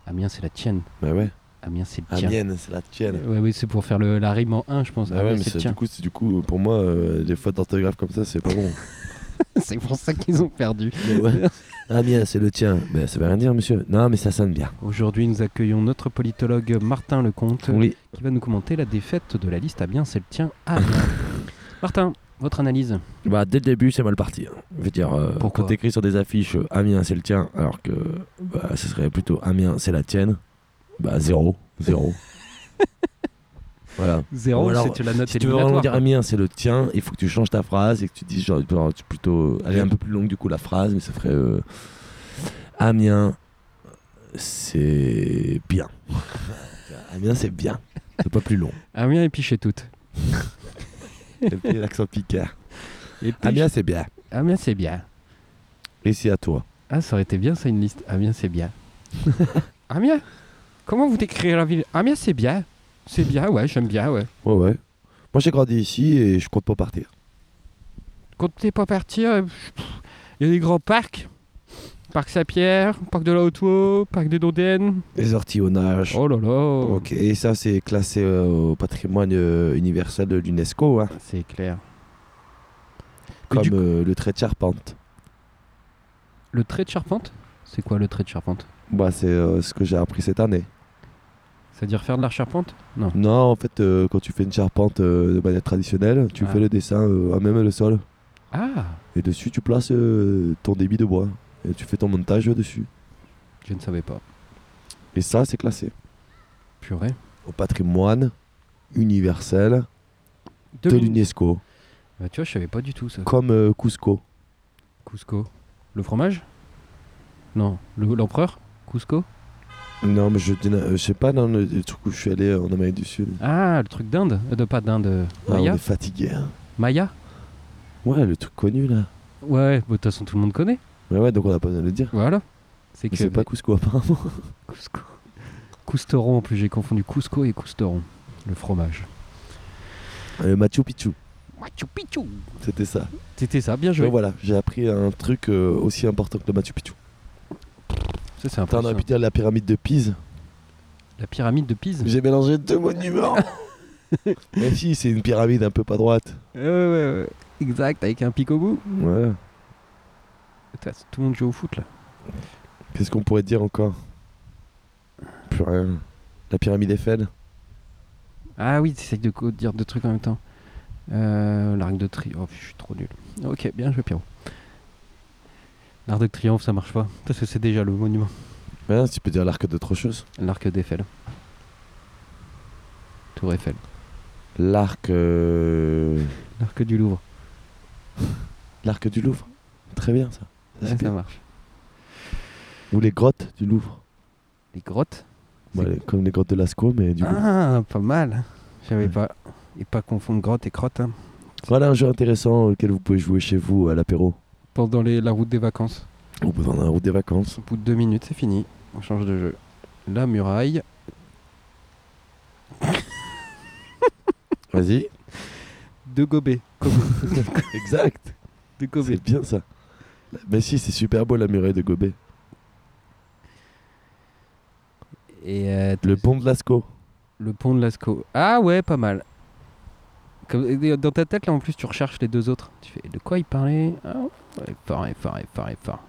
A: Amiens c'est la tienne.
B: Bah ouais.
A: Amiens c'est le
B: La
A: tien.
B: mienne, c'est la tienne.
A: Ouais, oui, c'est pour faire le, la rime en 1, je pense.
B: Bah ouais,
A: Amiens
B: mais
A: Ah, c'est
B: c'est-
A: le
B: du
A: tien.
B: coup, c'est du coup, pour moi, euh, les fautes d'orthographe comme ça, c'est pas bon.
A: c'est pour ça qu'ils ont perdu.
B: Mais ouais. Ah bien, c'est le tien. Ben, ça veut rien dire, monsieur. Non, mais ça sonne bien.
A: Aujourd'hui, nous accueillons notre politologue Martin Lecomte
B: Oui.
A: qui va nous commenter la défaite de la liste à bien, c'est le tien. Ah, Martin, votre analyse
B: Bah, dès le début, c'est mal parti. hein. Je veux dire, euh,
A: Pourquoi
B: quand t'écris sur des affiches euh, Amiens, c'est le tien, alors que bah, ce serait plutôt Amiens, c'est la tienne, bah, zéro. Zéro. voilà.
A: Zéro,
B: Ou alors,
A: c'est tu la note
B: Si tu veux vraiment
A: éliminatoire.
B: dire Amiens, c'est le tien, il faut que tu changes ta phrase et que tu dises, genre, genre, tu- plutôt. Elle est un peu plus longue, du coup, la phrase, mais ça ferait euh, Amiens, c'est bien. Amiens, c'est bien. C'est pas plus long.
A: Amiens Ah et Pichet toutes.
B: Le petit accent picard.
A: Et puis-
B: Amiens, c'est Ah bien.
A: Amiens, c'est bien.
B: Et c'est à toi.
A: Ah, ça aurait été bien, ça, une liste. Amiens, c'est bien. Amiens Comment vous décrirez la ville Amiens, c'est bien. C'est bien, ouais, j'aime bien, ouais.
B: Ouais, ouais. Moi, j'ai grandi ici et je compte pas partir.
A: Quand t'es pas parti, euh, pff, il y a des grands parcs. Parc Saint-Pierre, parc de la Haute-Oie, parc des Dodènes.
B: Les ortillonnages.
A: Oh là là
B: Ok, et ça, c'est classé euh, au patrimoine euh, universel de l'UNESCO, hein,
A: C'est clair. Mais
B: comme
A: du
B: euh, le trait de charpente.
A: Le trait de charpente C'est quoi le trait de charpente
B: Bah, c'est euh, ce que j'ai appris cette année.
A: C'est-à-dire faire de la charpente Non.
B: Non, en fait, euh, quand tu fais une charpente euh, de manière traditionnelle, tu
A: Ah.
B: fais le dessin euh, à même le sol.
A: Ah
B: Et dessus, tu places euh, ton débit de bois. Et tu fais ton montage euh, dessus.
A: Je ne savais pas.
B: Et ça, c'est classé
A: Purée.
B: au patrimoine universel de
A: Devine-
B: l'UNESCO.
A: Bah, tu vois, je savais pas du tout ça.
B: Comme euh, Cusco.
A: Cusco. Le fromage Non. Le- L'empereur Cusco
B: Non, mais je, dis- euh, je sais pas, dans le, le truc où je suis allé euh, en Amérique du Sud.
A: Ah, le truc d'Inde Euh, de, Pas d'Inde. euh,
B: Ah, on
A: Maya
B: est fatigué. hein.
A: Maya
B: Ouais, le truc connu là.
A: Ouais, bah, de toute façon, tout le monde connaît.
B: Ouais, ouais, donc on a pas besoin de le dire.
A: Voilà. C'est
B: Mais
A: que.
B: C'est pas Cusco apparemment.
A: Cusco. Cousteron, en plus, j'ai confondu Cusco et Cousteron. Le fromage.
B: Euh, Machu Picchu,
A: Machu Picchu
B: c'était ça.
A: C'était ça, bien
B: Donc
A: joué.
B: voilà, j'ai appris un truc euh, aussi important que le Machu Picchu.
A: Ça, c'est
B: Attends, on aurait
A: impressionnant.
B: pu dire la pyramide de Pise.
A: La pyramide de Pise
B: J'ai mélangé deux monuments. Mais si, c'est une pyramide un peu pas droite.
A: Ouais, ouais, ouais. Exact, avec un pic au bout.
B: Ouais.
A: Putain, c'est- Tout le monde joue au foot là.
B: Qu'est-ce qu'on pourrait dire encore Plus rien. La pyramide Eiffel.
A: Ah oui, t'essayes de co- dire deux trucs en même temps. Euh, L'arc de triomphe. Oh, je suis trop nul. Ok, bien joué, Pierrot. L'arc de triomphe, ça marche pas. Parce que c'est déjà le monument.
B: Ouais, tu peux dire l'arc d'autre chose.
A: L'arc d'Eiffel. Tour Eiffel.
B: L'arc. euh,
A: L'arc du Louvre.
B: L'arc du Louvre. Très bien ça. Ça,
A: Ouais,
B: c'est bien.
A: ça marche.
B: Ou les grottes du Louvre.
A: Les grottes.
B: Ouais,
A: C'est-
B: les- comme les grottes de Lascaux, mais du coup.
A: Ah, pas mal. J'avais
B: Ouais.
A: pas. Et pas confondre grotte et crotte. hein.
B: Voilà un jeu intéressant auquel vous pouvez jouer chez vous à l'apéro.
A: Pendant les- la route des vacances.
B: Ou pendant la route des vacances.
A: Au bout de deux minutes, c'est fini. On change de jeu. La muraille.
B: Vas-y.
A: De Gobet.
B: exact.
A: De Gobet.
B: C'est bien ça. Mais si, c'est super beau la muraille de Gobet.
A: Et euh,
B: Le pont de Lascaux.
A: Le pont de Lascaux. Ah ouais, pas mal. Comme- et dans ta tête, là, en plus, tu recherches les deux autres. Tu fais de quoi il parlait Ah ouais, fort, ouais, fort, ouais, fort, ouais, fort.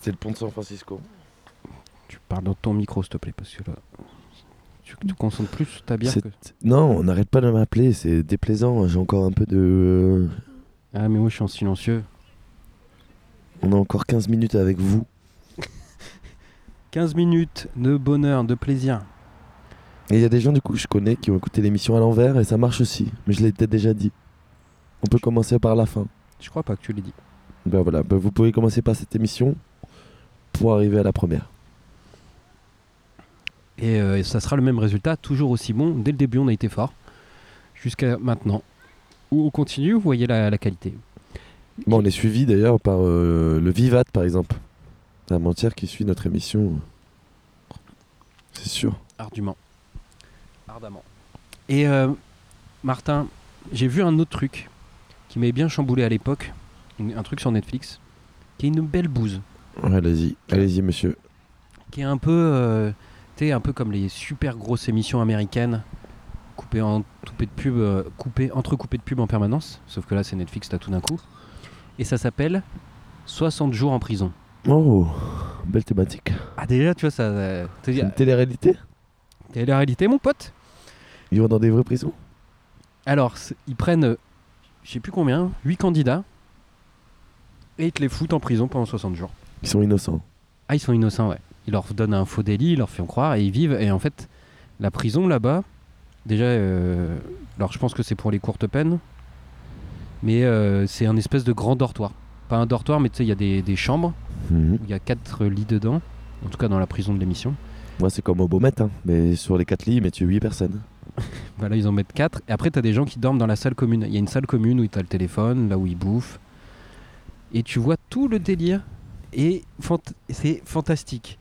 B: C'est le pont de San Francisco.
A: Tu parles dans ton micro, s'il te plaît, parce que là, tu tu te concentres plus sur ta bière
B: C'est-
A: que...
B: Non, on n'arrête pas de m'appeler, c'est déplaisant. J'ai encore un peu de. euh,
A: Ah, mais moi, je suis en silencieux.
B: On a encore 15 minutes avec vous.
A: 15 minutes de bonheur, de plaisir.
B: Et il y a des gens du coup que je connais qui ont écouté l'émission à l'envers et ça marche aussi. Mais je l'ai peut-être déjà dit. On peut commencer par la fin.
A: Je crois pas que tu l'aies dit.
B: Ben voilà, ben vous pouvez commencer par cette émission pour arriver à la première.
A: Et euh, ça sera le même résultat, toujours aussi bon. Dès le début, on a été fort. Jusqu'à maintenant. Ou on continue, vous voyez la, la qualité.
B: Bon, on est suivi d'ailleurs par euh, le Vivat par exemple. La mentir qui suit notre émission. C'est sûr.
A: Ardument. Ardemment. Et euh, Martin, j'ai vu un autre truc qui m'avait bien chamboulé à l'époque, une- un truc sur Netflix, qui est une belle bouse,
B: Ouais, allez-y, allez-y monsieur.
A: qui est un peu, euh, tu sais, un peu comme les super grosses émissions américaines coupé en coupé de pub, euh, coupé entrecoupé de pub en permanence. Sauf que là, c'est Netflix, t'as tout d'un coup. Et ça s'appelle 60 jours en prison.
B: Oh, belle thématique.
A: Ah déjà, tu vois ça. euh, t'as dit,
B: C'est une télé-réalité
A: t'es la réalité, mon pote.
B: Ils vont dans des vraies prisons
A: Alors, c'est- ils prennent, euh, je sais plus combien, 8 candidats et ils te les foutent en prison pendant 60 jours.
B: Ils sont innocents.
A: Ah, ils sont innocents, ouais. Ils leur donnent un faux délit, ils leur font croire et ils vivent. Et en fait, la prison là-bas, déjà, euh, alors je pense que c'est pour les courtes peines, mais euh, c'est un espèce de grand dortoir. Pas un dortoir, mais tu sais, il y a des, des chambres
B: Mhm.
A: où il y a quatre lits dedans, en tout cas dans la prison de l'émission.
B: Moi, c'est comme au Beaumet, hein. mais sur les 4 lits, mais tu 8 personnes.
A: Bah là, ils en mettent quatre. Et après, tu as des gens qui dorment dans la salle commune. Il y a une salle commune où tu as le téléphone, là où ils bouffent. Et tu vois tout le délire. Et fant- c'est fantastique.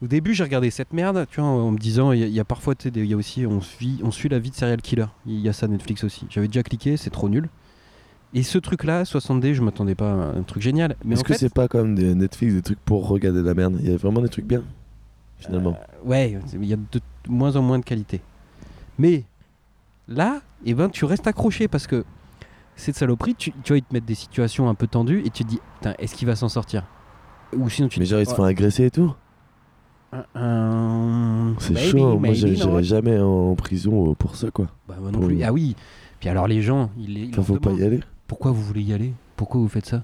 A: Au début, j'ai regardé cette merde, tu vois, en en me disant, il y, a- il y a parfois, tu sais, des- il y a aussi, on suit, on suit la vie de serial killer. Il y a ça Netflix aussi. J'avais déjà cliqué, c'est trop nul. Et ce truc-là, 60D, je m'attendais pas à un truc génial. Mais
B: Est-ce
A: en
B: que
A: fait,
B: c'est pas comme des Netflix, des trucs pour regarder de la merde Il y a vraiment des trucs bien,
A: Euh,
B: finalement.
A: Ouais, c'est- il y a de, de moins en moins de qualité. Mais là, eh ben, tu restes accroché parce que cette saloperie, tu, tu vois, ils te mettent des situations un peu tendues et tu te dis, putain, est-ce qu'il va s'en sortir Ou sinon tu te
B: mais
A: dis,
B: genre, ils se font agresser et tout
A: oh, un- un-
B: C'est
A: maybe,
B: chaud, moi
A: maybe
B: j'a-
A: not.
B: j'irai jamais en prison euh, pour ça quoi.
A: Bah, moi non plus. Ah oui. Puis alors les gens, ils, les- ils
B: Enfin,
A: leur
B: faut pas
A: demandent,
B: y aller.
A: pourquoi vous voulez y aller Pourquoi vous faites ça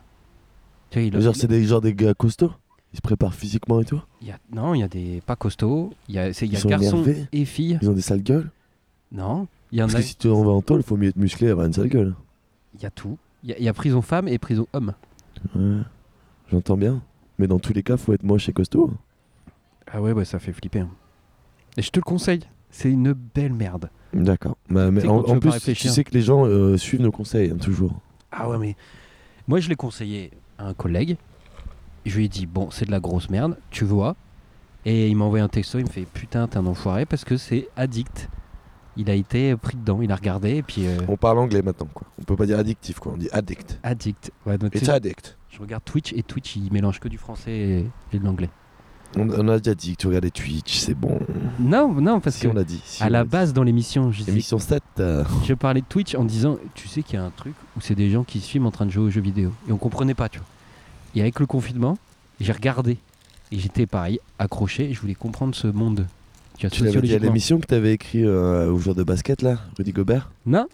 A: Tu vois, ils leur-
B: genre, c'est des, genre des gars costauds. Ils se préparent physiquement et tout.
A: il y a- Non, il y a des pas costauds. Il y a, c'est- il y a
B: Ils sont
A: garçons
B: énervés.
A: et filles.
B: Ils ont des sales gueules.
A: Non, il y en
B: Parce
A: a.
B: que si tu en vas en tôle, faut mieux être musclé et avoir une sale gueule.
A: Il y a tout. Il y a- il y a prison femme et prison homme.
B: Ouais, j'entends bien. Mais dans tous les cas, faut être moche et costaud. hein.
A: Ah ouais, bah ça fait flipper. hein. Et je te le conseille, c'est une belle merde.
B: D'accord. Bah, mais
A: sais,
B: en,
A: quand tu
B: en
A: veux pas
B: plus, tu
A: réfléchir.
B: sais que les gens euh, suivent nos conseils, hein, toujours.
A: Ah ouais, mais moi je l'ai conseillé à un collègue. Je lui ai dit, bon, c'est de la grosse merde, tu vois. Et il m'a envoyé un texto, il me fait, putain, t'es un enfoiré parce que c'est addict. Il a été pris dedans, il a regardé et puis. euh,
B: On parle anglais maintenant, quoi. On peut pas dire addictif, quoi. On dit addict.
A: Addict. Ouais, donc, tu sais,
B: addict.
A: je regarde Twitch et Twitch, il mélange que du français et, et de l'anglais.
B: On, on a déjà dit que tu regardais Twitch, c'est bon.
A: Non, non, parce
B: Si
A: que
B: on l'a dit. si
A: à
B: on
A: la
B: l'a dit.
A: base dans l'émission, je disais
B: Émission 7. euh,
A: Je parlais de Twitch en disant, tu sais qu'il y a un truc où c'est des gens qui se filment en train de jouer aux jeux vidéo. Et on comprenait pas, tu vois. Et avec le confinement, j'ai regardé. Et j'étais pareil, accroché, et je voulais comprendre ce monde. Tu, vois,
B: Ah, Tu l'avais dit à
A: sociologiquement.
B: l'émission que t'avais écrit euh, au joueur de basket, là, Rudy Gobert
A: Non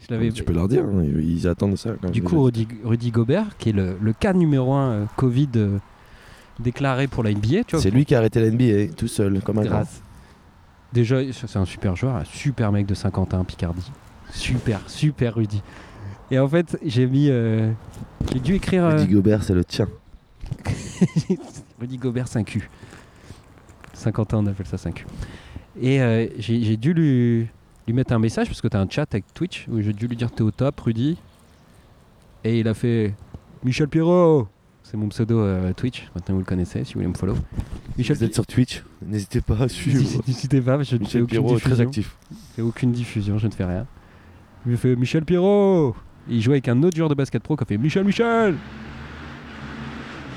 A: je l'avais-
B: Tu peux leur dire, hein, ils attendent ça. quand
A: Du
B: même.
A: coup, Rudy, Rudy Gobert, qui est le, le cas numéro un euh, Covid euh, déclaré pour la NBA, tu vois.
B: c'est lui qui a arrêté la NBA tout seul, comme un grand.
A: Grâce. Déjà, ça, c'est un super joueur, un super mec de Saint-Quentin, Picardie. Super, super Rudy. Et en fait, j'ai mis. euh, j'ai dû écrire. euh,
B: Rudy Gobert, c'est le tien.
A: Rudy Gobert 5Q. 50 ans, on appelle ça 5Q. Et euh, j'ai j'ai dû lui, lui mettre un message parce que t'as un chat avec Twitch où j'ai dû lui dire t'es au top, Rudy. Et il a fait Michel Pierrot C'est mon pseudo euh, Twitch, maintenant vous le connaissez si vous voulez me follow. Michel
B: Vous êtes sur Twitch, n'hésitez pas à suivre.
A: N'hésitez pas, je ne fais
B: Michel
A: aucune
B: Pierrot, très
A: diffusion.
B: actif.
A: Je fais aucune diffusion, je ne fais rien. Il me fait Michel Pierrot Il joue avec un autre joueur de basket pro qui a fait Michel Michel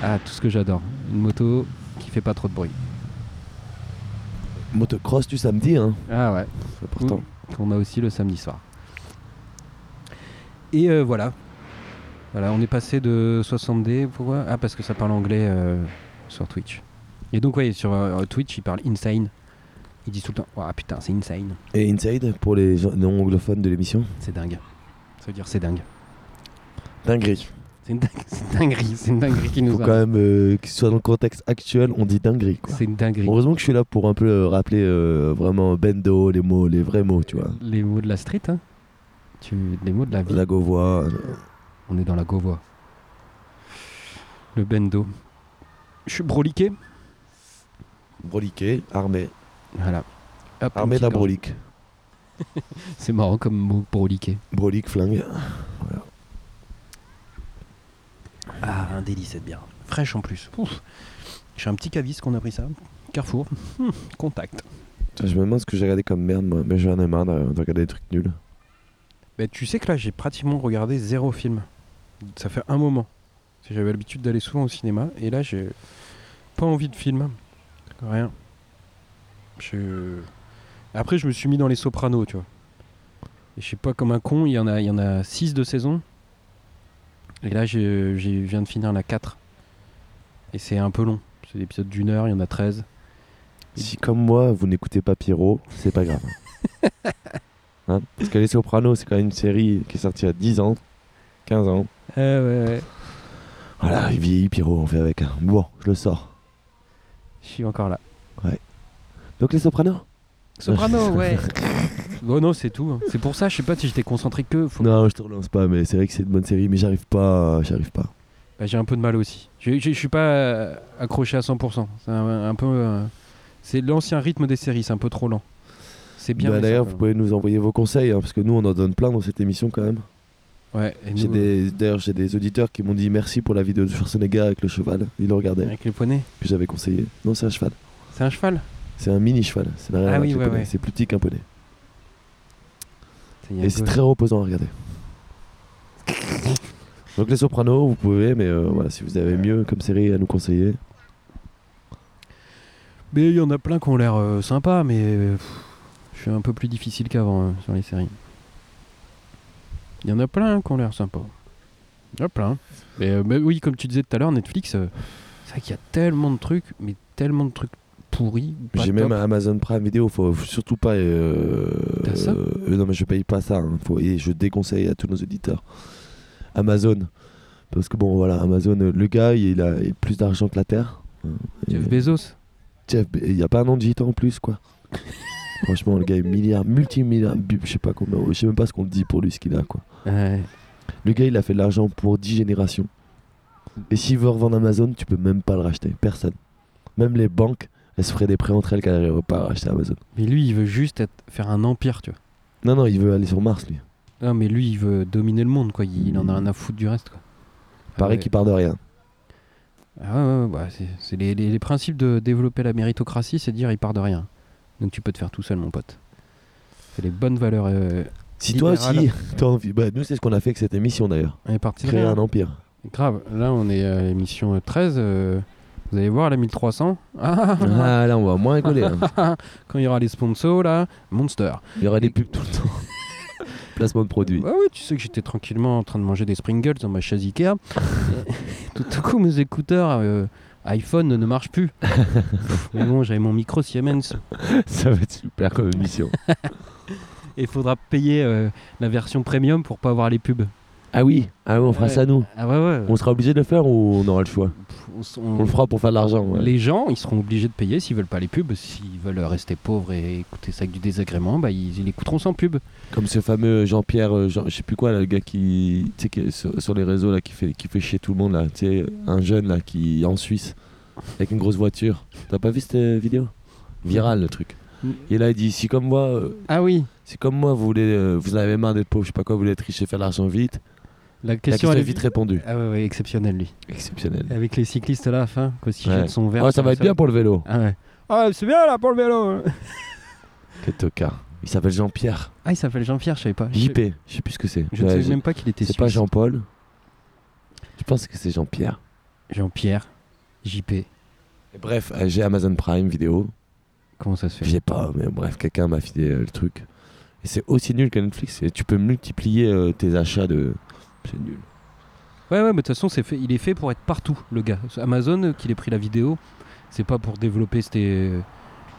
A: Ah, tout ce que j'adore. Une moto qui fait pas trop de bruit.
B: Motocross du samedi, hein,
A: Ah ouais.
B: c'est important.
A: qu'on a aussi le samedi soir. Et euh, voilà. Voilà, on est passé de 60D. Pourquoi Ah, parce que ça parle anglais euh, sur Twitch. Et donc, ouais, sur euh, Twitch, il parle insane. Il dit tout le temps Ah putain, c'est insane.
B: Et Inside, pour les gens non anglophones de l'émission,
A: C'est dingue. Ça veut dire c'est dingue.
B: dinguerie.
A: C'est une, dingue- c'est une dinguerie. C'est une dinguerie qui nous
B: Faut
A: a-
B: quand même euh, qu'il soit dans le contexte actuel, on dit dinguerie, quoi.
A: C'est une dinguerie.
B: Heureusement que je suis là pour un peu euh, rappeler euh, vraiment bendo, les mots, les vrais mots, tu vois.
A: Les mots de la street, hein tu... Les mots de la vie.
B: La Gauvois, euh,
A: On est dans la Gauvois. Le bendo. Je suis broliqué.
B: broliqué, armé.
A: Voilà. Hop, une
B: Armé de la
A: petite gorgée.
B: brolique.
A: C'est marrant comme mot broliqué.
B: Brolique, flingue.
A: Ah, un délice cette bière. Fraîche en plus. Ouf. J'ai un petit caviste qu'on a pris ça. Carrefour. Hmm, contact.
B: Putain, Je me demande ce que j'ai regardé comme merde, moi. Mais j'en ai marre de de regarder des trucs nuls.
A: Mais tu sais que là, j'ai pratiquement regardé zéro film. Ça fait un moment. Parce que J'avais l'habitude d'aller souvent au cinéma et là, j'ai pas envie de film. Rien. Je- Après, je me suis mis dans les sopranos, tu vois. Et je sais pas, comme un con, il y en a, il y en a 6 de saison. Et là, j'ai- j'ai- je viens de finir la 4. Et c'est un peu long. C'est l'épisode d'une heure, il y en a 13.
B: Si comme moi, vous n'écoutez pas Pierrot, c'est pas grave. Hein, Parce que Les Sopranos, c'est quand même une série qui est sortie à 10 ans, 15 ans.
A: Eh ouais, ouais.
B: Voilà, il vieillit Pierrot, on fait avec. hein. Bon, je le sors.
A: Je suis encore là.
B: Donc Les Sopranos
A: Soprano, ouais. bon, non, c'est tout. hein. C'est pour ça, je sais pas si j'étais concentré que. faut-
B: Non, je te relance pas, mais c'est vrai que c'est une bonne série, mais j'arrive pas, j'arrive pas.
A: Bah, j'ai un peu de mal aussi. Je je- je suis pas euh, accroché à 100%. C'est un, un peu. euh, c'est l'ancien rythme des séries, c'est un peu trop lent. C'est bien.
B: Bah,
A: mais
B: D'ailleurs,
A: c'est un
B: vous
A: peu
B: pouvez nous envoyer vos conseils, hein, parce que nous, on en donne plein dans cette émission quand même.
A: lent. Ouais, et
B: J'ai
A: nous, euh,
B: des- D'ailleurs, j'ai des auditeurs qui m'ont dit merci pour la vidéo de Schwarzenegger avec le cheval. Ils le regardaient,
A: euh, avec les poignets.
B: que j'avais conseillé. Non, c'est un cheval.
A: C'est un cheval
B: C'est un mini cheval. C'est n'a rien
A: Ah
B: à voir
A: oui,
B: avec les
A: ouais,
B: poneys.
A: ouais.
B: C'est plus petit qu'un poney.
A: Putain, il y a
B: Et
A: un
B: c'est
A: peu-
B: très reposant à regarder. Donc les sopranos, vous pouvez, mais euh, voilà, si vous avez mieux comme série à nous conseiller.
A: Mais il y en a plein qui ont l'air euh, sympas, mais euh, pff, je suis un peu plus difficile qu'avant euh, sur les séries. Il y en a plein qui ont l'air sympas. Il y en a plein. Mais, euh, mais oui, comme tu disais tout à l'heure, Netflix, euh, c'est vrai qu'il y a tellement de trucs, mais tellement de trucs pourris. ou pas
B: J'ai même
A: top.
B: un Amazon Prime Vidéo, faut faut surtout pas. euh,
A: T'as ça
B: euh, non mais je paye pas ça, hein, faut- et je déconseille à tous nos auditeurs. Amazon, parce que bon voilà, Amazon, euh, le gars il a, il a plus d'argent que la terre. hein, et-
A: Jeff Bezos.
B: Jeff Be- il n'y a pas un nom de gitan en plus, quoi. Franchement, le gars est milliard, multimilliard, bu- je sais pas combien, je sais même pas ce qu'on dit pour lui, ce qu'il a, quoi.
A: Ouais.
B: Le gars, il a fait de l'argent pour 10 générations. Et s'il veut revendre Amazon, tu peux même pas le racheter, personne. Même les banques, elles se feraient des prêts entre elles qu'elles n'arriveraient pas à racheter Amazon.
A: Mais lui, il veut juste être- faire un empire, tu vois.
B: Non, non, il veut aller sur Mars, lui.
A: Non, mais lui, il veut dominer le monde, quoi. Il,
B: Hmm.
A: il en a rien à foutre du reste, quoi. Ah
B: Pareil
A: ouais.
B: qu'il part de rien.
A: Ah ouais, ouais, ouais, bah, c'est- c'est les, les- les principes de développer la méritocratie, c'est de dire il part de rien. Donc tu peux te faire tout seul, mon pote. C'est les bonnes valeurs. euh,
B: Si toi
A: Libéral.
B: aussi, t'as envie. Bah, nous, c'est ce qu'on a fait avec cette émission d'ailleurs.
A: on est parti de
B: Créer
A: rien.
B: un empire.
A: Grave, là on est à l'émission euh, 13. euh, vous allez voir la 1300. Ah, ah,
B: Ah, là, on va moins rigoler. hein.
A: ah, quand il y aura les sponsors, là, Monster.
B: Il y aura des pubs tout le temps. Placement de produits.
A: Ah oui, tu sais que j'étais tranquillement en train de manger des Springles dans ma chaise Ikea. Tout à coup, mes écouteurs euh, iPhone ne marchent plus. Mais bon, j'avais mon micro Siemens.
B: Ça va être super comme émission.
A: Et il faudra payer euh, la version premium pour pas avoir les pubs.
B: ah oui, ah oui, on fera
A: Ouais.
B: ça nous.
A: Ah ouais, ouais.
B: On sera obligé de le faire ou on aura le choix
A: Pff, on s-
B: On le fera pour faire de l'argent. ouais.
A: Les gens, ils seront obligés de payer s'ils veulent pas les pubs. S'ils veulent rester pauvres et écouter ça avec du désagrément, bah, ils, ils l'écouteront sans pub.
B: Comme ce fameux Jean-Pierre, euh, Jean- je sais plus quoi, là, le gars qui, tu sais, qui est sur, sur les réseaux là, qui fait, qui fait chier tout le monde là, tu sais, un jeune là qui est en Suisse avec une grosse voiture. T'as pas vu cette euh, vidéo Viral le truc. Et là il dit si comme moi, euh,
A: Ah oui,
B: si comme moi vous voulez, euh, vous en avez marre d'être pauvre, je sais pas quoi, vous voulez être riche et faire de l'argent vite.
A: la
B: La
A: question,
B: question
A: elle
B: est
A: est
B: vite répondue.
A: Ah ouais, ouais, exceptionnel lui.
B: Exceptionnel.
A: Avec les cyclistes là, à la fin, quand ils
B: Ouais.
A: jettent son verre.
B: Oh, ça va être bien pour le vélo.
A: Ah ouais. Ah, c'est bien là pour le vélo. hein.
B: Quel tocard. Il s'appelle Jean-Pierre.
A: Ah, il s'appelle Jean-Pierre, je savais pas. Je-
B: JP. Je sais plus ce que c'est.
A: Je ne
B: Ouais,
A: savais
B: Bah, j'ai-
A: même pas qu'il était
B: C'est pas
A: suisse.
B: Jean-Paul. Je pense que c'est Jean-Pierre.
A: Jean-Pierre, JP.
B: Et Bref, euh, j'ai Amazon Prime vidéo.
A: Comment ça se
B: Je
A: fait
B: sais pas, mais bref, quelqu'un m'a filé euh, le truc. Et c'est aussi nul que Netflix. Et tu peux multiplier euh, tes achats de. C'est nul.
A: Ouais, ouais, mais de toute façon, c'est fait, il est fait pour être partout, le gars. C'est Amazon, euh, qu'il ait pris la vidéo, c'est pas pour développer c'était, euh,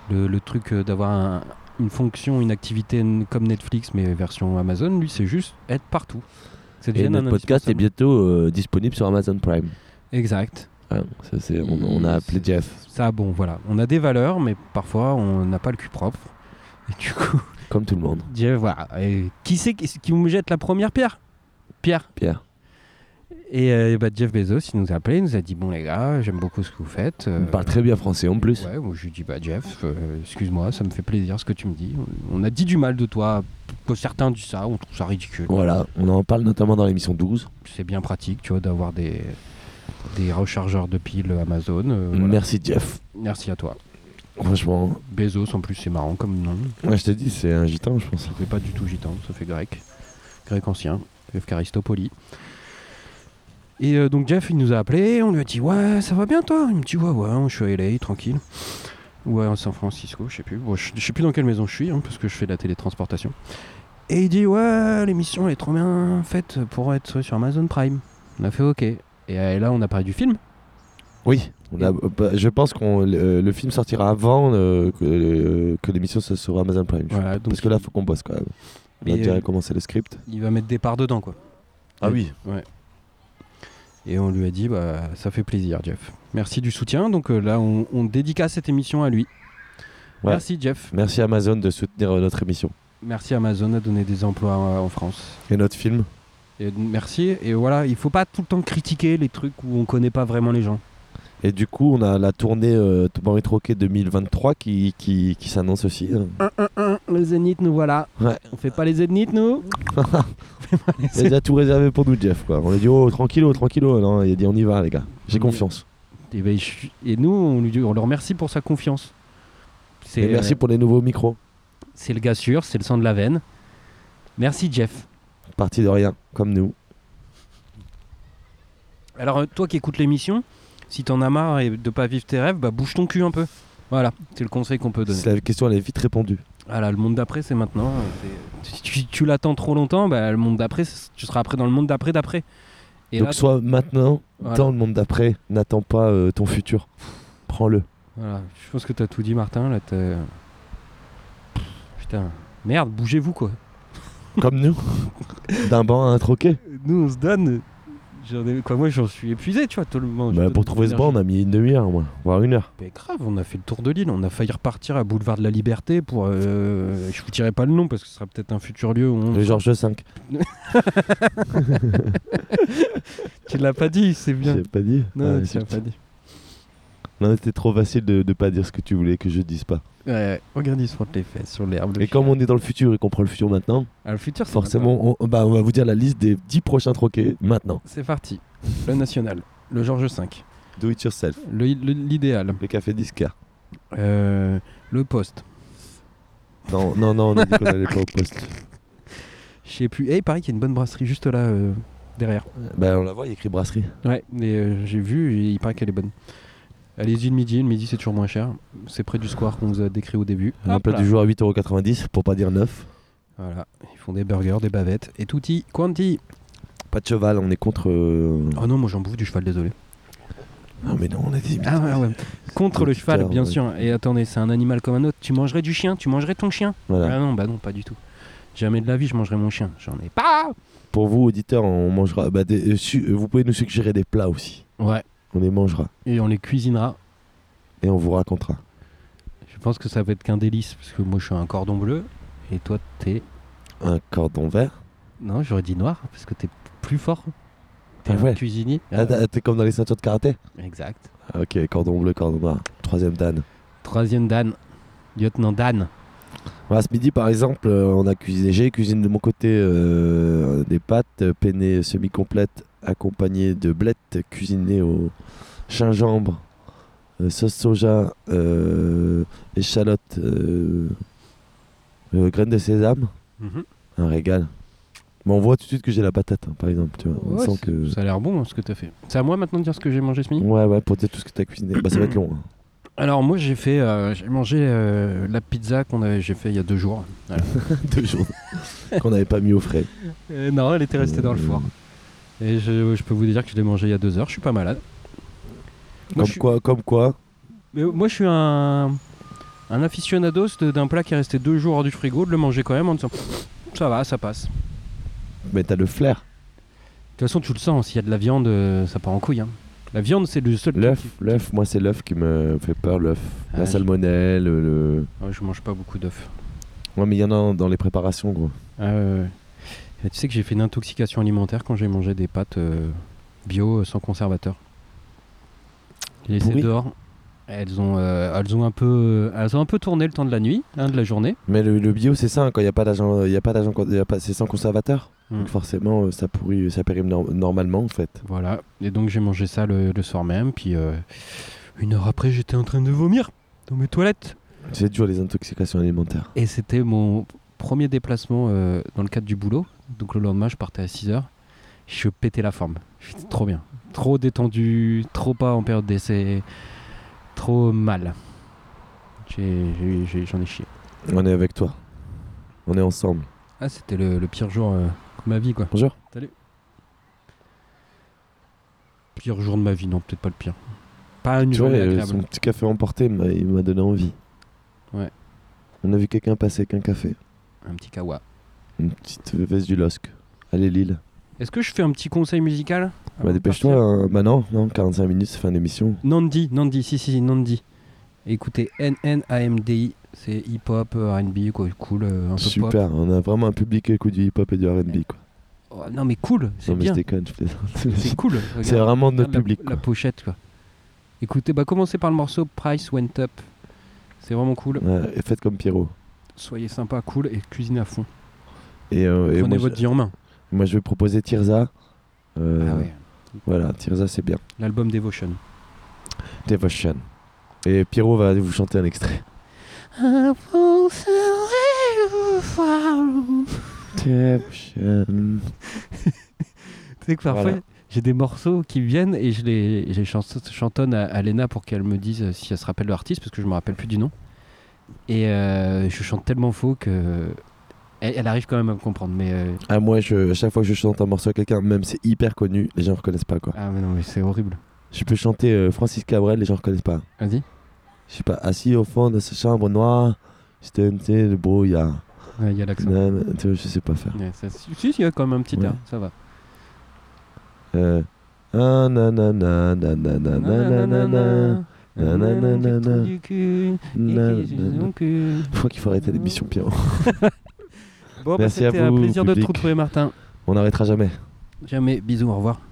A: le, le truc euh, d'avoir un- une fonction, une activité n- comme Netflix, mais version Amazon. Lui, c'est juste être partout. Ça
B: Et
A: devient
B: notre
A: un
B: podcast est
A: indispensable.
B: bientôt euh, disponible sur Amazon Prime.
A: Exact.
B: Ah, ça, c'est, on, on a appelé
A: C'est-
B: Jeff.
A: Ça, bon, voilà. On a des valeurs, mais parfois, on n'a pas le cul propre. Et du coup,
B: Comme tout le monde.
A: Dieu, voilà. Et qui c'est qui, qui me jette la première pierre Pierre.
B: Pierre.
A: Et euh, bah, Jeff Bezos, il nous a appelé, il nous a dit Bon, les gars, j'aime beaucoup ce que vous faites.
B: On parle très bien français en plus.
A: Euh, Ouais, moi je lui dis Bah, Jeff, euh, excuse-moi, ça me fait plaisir ce que tu me dis. On a dit du mal de toi, que certains disent ça, on trouve ça ridicule.
B: Voilà, on en parle notamment dans l'émission 12.
A: C'est bien pratique, tu vois, d'avoir des, des rechargeurs de piles Amazon. euh, voilà.
B: Merci Jeff.
A: Merci à toi.
B: Franchement,
A: Bezos, en plus, c'est marrant comme nom.
B: ouais, je te dis, c'est un gitan, je pense.
A: Ça fait pas du tout gitan, ça fait grec. Grec ancien, Evkaristopoli. Et euh, donc Jeff, il nous a appelé, on lui a dit Ouais, ça va bien toi Il me dit Ouais, ouais, je suis à LA, tranquille. Ouais, à San Francisco, je sais plus. Bon, je je sais plus dans quelle maison je suis, hein, parce que je fais de la télétransportation. Et il dit ouais l'émission elle est trop bien faite pour être sur Amazon Prime. On a fait ok. Et euh, là on a parlé du film.
B: Oui. on a- bah, je pense que le, le film sortira avant euh, que, euh, que l'émission soit sur Amazon Prime. je
A: Voilà,
B: crois.
A: donc
B: Parce que là, faut qu'on bosse quand même. On a
A: Et,
B: déjà
A: euh,
B: commencé le script.
A: il va mettre des parts dedans quoi. Ah oui. Et on lui a dit bah ça fait plaisir Jeff. Merci du soutien. Donc euh, là on, on dédicace cette émission à lui.
B: Ouais.
A: Merci Jeff.
B: Merci Amazon de soutenir euh, notre émission
A: Merci Amazon à donner des emplois euh, en France.
B: et notre film.
A: Et merci. Et voilà, il faut pas tout le temps critiquer les trucs où on connaît pas vraiment les gens.
B: Et du coup, on a la tournée euh, Toubary Troquet 2023 qui, qui, qui s'annonce aussi. hein.
A: Ah. le zénith, nous voilà.
B: Ouais.
A: On fait pas les zéniths, nous
B: Il a déjà tout réservé pour nous, Jeff. Quoi. On a dit, oh, tranquillo, tranquillo. Non, il a dit, on y va, les gars. J'ai
A: Oui.
B: confiance.
A: Et, ben, je- et nous, on, lui, on le remercie pour sa confiance.
B: Et,
A: C'est euh,
B: merci pour les nouveaux micros.
A: c'est le gars sûr, c'est le sang de la veine. Merci Jeff.
B: Parti de rien, comme nous.
A: Alors euh, toi qui écoutes l'émission, si t'en as marre et de pas vivre tes rêves, bah bouge ton cul un peu. Voilà, c'est le conseil qu'on peut donner.
B: C'est La question, elle est vite répondue.
A: Ah là, le monde d'après, c'est maintenant. euh, C'est- Si tu, tu l'attends trop longtemps, bah, le monde d'après, c'est- tu seras après dans le monde d'après d'après. Et
B: Donc,
A: là,
B: soit maintenant,
A: Voilà.
B: dans le monde d'après, n'attends pas euh, ton futur. Prends-le.
A: Voilà, je pense que t'as tout dit, Martin. Là, t'as- Putain, merde, bougez-vous quoi.
B: Comme nous. D'un banc à un troquet.
A: Nous, on se donne. J'en ai- quoi, moi, j'en suis épuisé, tu vois, tout le monde.
B: Bah, pour trouver ce banc, on a mis une demi-heure, moi. Voire une heure.
A: Mais grave, on a fait le tour de l'île. On a failli repartir à Boulevard de la Liberté pour. euh, Je vous dirai pas le nom parce que ce sera peut-être un futur lieu où on.
B: Le Georges V.
A: Tu l'as pas dit, c'est bien.
B: J'ai pas dit. Ah,
A: Non,
B: Ouais,
A: tu
B: c'est-
A: l'as pas dit.
B: Non, c'était trop facile de, de pas dire ce que tu voulais que je dise pas.
A: Ouais, ouais, regarde, ils se frottent les fesses sur l'herbe. le
B: Et comme on est dans le futur et qu'on prend le futur maintenant,
A: Ah, le futur, c'est
B: forcément, on, bah, on va vous dire la liste des 10 prochains troquets maintenant.
A: maintenant. C'est parti. Le national, le Georges V,
B: Do it yourself,
A: le- le- l'idéal,
B: le café disquaire.
A: euh, le poste.
B: Non, non, non, on a dit qu'on allait pas au poste.
A: Je sais plus. Eh, il paraît qu'il y a une bonne brasserie juste là, euh, derrière.
B: Bah, on la voit, il y a écrit brasserie.
A: Ouais, mais euh, j'ai vu, et il paraît qu'elle est bonne. Allez-y le midi, le midi c'est toujours moins cher. C'est près du square qu'on vous a décrit au début.
B: Un
A: Hop
B: plat
A: là.
B: du jour à 8,90€ pour pas dire 9.
A: Voilà, ils font des burgers, des bavettes et tutti quanti.
B: Pas de cheval, on est contre. euh,
A: Oh non, moi j'en bouffe du cheval, désolé.
B: Non, mais non, on a dit.
A: Ah ouais, ouais. Contre le cheval,
B: Auditeur,
A: bien
B: ouais.
A: sûr. Et attendez, c'est un animal comme un autre. Tu mangerais du chien, tu mangerais ton chien.
B: Voilà.
A: Ah non, bah non, pas du tout. Jamais de la vie, je mangerais mon chien. J'en ai pas.
B: Pour vous, auditeurs, on mangera. bah, des- euh, su- euh, vous pouvez nous suggérer des plats aussi.
A: Ouais.
B: On les mangera
A: Et on les cuisinera.
B: et on vous racontera.
A: Je pense que ça va être qu'un délice, parce que moi je suis un cordon bleu. Et toi, t'es.
B: Un cordon vert.
A: Non, j'aurais dit noir, parce que t'es plus fort. T'es
B: Ah
A: un
B: ouais.
A: cuisinier.
B: Ah, t'as- T'es comme dans les ceintures de karaté
A: Exact.
B: Ah, Ok, cordon bleu, cordon noir. Troisième Dan.
A: Troisième Dan. Lieutenant Dan.
B: Voilà, ce midi, par exemple, euh, on a cuisiné. J'ai cuisiné de mon côté euh, des pâtes euh, penne semi-complètes accompagnées de blettes cuisinées au gingembre, euh, sauce soja, euh, échalote, euh, euh, graines de sésame.
A: Mhm.
B: Un régal. Mais on voit tout de suite que j'ai la patate, hein, par exemple. Tu vois. On
A: Ouais,
B: sent
A: c'est-
B: que.
A: Ça a l'air bon hein, ce que t'as fait. C'est à moi maintenant de dire ce que j'ai mangé ce midi
B: Ouais, ouais, pour dire tout ce que t'as cuisiné. Bah, ça va être long. hein.
A: Alors moi j'ai fait. euh, j'ai mangé euh, la pizza qu'on avait j'ai fait il y a deux jours.
B: Deux jours. Qu'on n'avait pas mis au frais.
A: Euh, non, elle était restée dans le
B: Euh,
A: four. Et je, je peux vous dire que je l'ai mangé il y a deux heures. Je suis pas malade. Moi,
B: Comme
A: je suis-
B: quoi, comme quoi.
A: Mais moi, je suis un, un aficionados de- d'un plat qui est resté deux jours hors du frigo, de le manger quand même en disant ça va, ça passe. De
B: Mais t'as le flair.
A: toute façon, tu le sens, s'il y a de la viande, euh, ça part en couille. hein. La viande, c'est le seul.
B: L'œuf,
A: truc qui-
B: l'œuf, moi c'est l'œuf qui me fait peur, l'œuf.
A: Ah,
B: la
A: je-
B: salmonelle, le.
A: Ouais, je mange pas beaucoup d'œufs.
B: Ouais, mais il y en a un dans les préparations, gros.
A: Ah, ouais, ouais. Et tu sais que j'ai fait une intoxication alimentaire quand j'ai mangé des pâtes euh, bio euh, sans conservateur. Laissées
B: Pourri.
A: dehors. Elles ont, euh, elles, ont un peu, elles ont un peu tourné le temps de la nuit, hein, de la journée.
B: Mais le, le bio, c'est ça, hein, quand il n'y a pas d'agent. il y a pas d'agent- il y a pas- C'est sans conservateur.
A: Hmm.
B: Donc forcément, euh, ça pourrit, ça périme nor- normalement, en fait.
A: Voilà, et donc j'ai mangé ça le, le soir même, puis euh, une heure après j'étais en train de vomir dans mes toilettes.
B: C'est dur les intoxications alimentaires.
A: Et c'était mon premier déplacement euh, dans le cadre du boulot, donc le lendemain je partais à 6h, je pétais la forme, j'étais trop bien, trop détendu, trop pas en période d'essai, trop mal. J'ai- j'ai- j'ai- J'en ai, chié.
B: On est avec toi. On est ensemble.
A: Ah, c'était le, le pire jour euh, de ma vie, quoi.
B: Bonjour.
A: Pire jour de ma vie, non, peut-être pas le pire. Pas une
B: Tu vois,
A: journée
B: euh,
A: agréable.
B: son petit café emporté, m'a- il m'a donné envie.
A: Ouais.
B: On a vu quelqu'un passer avec un café.
A: Un petit kawa.
B: Une petite veste du LOSC. Allez, Lille.
A: Est-ce que je fais un petit conseil musical avant
B: Bah,
A: de
B: dépêche-toi.
A: partir
B: hein. Bah, non, non, 45 minutes, c'est fin d'émission.
A: Nandi, Nandi, si, si, Nandi. Écoutez, NNAMDI, c'est hip-hop, euh, RB, quoi, cool, euh, un peu pop.
B: Super, on a vraiment un public écoute du hip-hop et du RB. quoi.
A: Oh, non, mais cool, c'est
B: Non, mais je
A: bien,
B: déconne, je
A: c'est
B: plaisante.
A: cool.
B: C'est
A: regarde.
B: vraiment notre
A: Regarde la-
B: public.
A: La,
B: quoi.
A: pochette, quoi. Écoutez, bah commencez par le morceau Price Went Up. C'est vraiment cool.
B: Ouais, et faites comme Pierrot.
A: Soyez sympa, cool et cuisinez à fond.
B: Et, euh, et
A: Prenez
B: moi,
A: votre
B: je,
A: vie en main.
B: moi, je vais proposer Tirza. Euh,
A: Ah ouais.
B: Voilà, Tirza, c'est bien.
A: L'album Devotion.
B: Devotion. Et Pierrot va vous chanter un extrait. Devotion.
A: Tu sais que parfois,
B: Voilà.
A: j'ai des morceaux qui viennent et je les, je les chan- chantonne à, à Léna pour qu'elle me dise euh, si elle se rappelle de l'artiste, parce que je me rappelle plus du nom. Et euh, je chante tellement faux que. Elle, elle arrive quand même à me comprendre, mais. euh,
B: Ah, moi, je, à chaque fois que je chante un morceau à quelqu'un, même c'est hyper connu, les gens reconnaissent pas quoi.
A: Ah, mais non, mais c'est horrible.
B: Je peux chanter euh, Francis Cabrel, les gens reconnaissent pas.
A: Vas-y.
B: Je sais pas, assis au fond de sa chambre noire, j'étais un petit le brouillard.
A: Ouais, Il y a l'accent.
B: Non, mais, tu vois, je sais pas faire.
A: Ouais, ça- si, si, il y a quand même un petit
B: Ouais.
A: air, ça va.
B: Euh, ah, nanana, nanana, nanana, nanana, nanana,
A: Du cul, et euh. qui
B: nanana.
A: est son cul.
B: Je crois qu'il faut arrêter l'émission, Pierrot.
A: Bon, bah,
B: Merci à
A: c'était un
B: vous,
A: plaisir de te
B: public.
A: retrouver, Martin.
B: On n'arrêtera jamais.
A: Jamais, bisous, au revoir.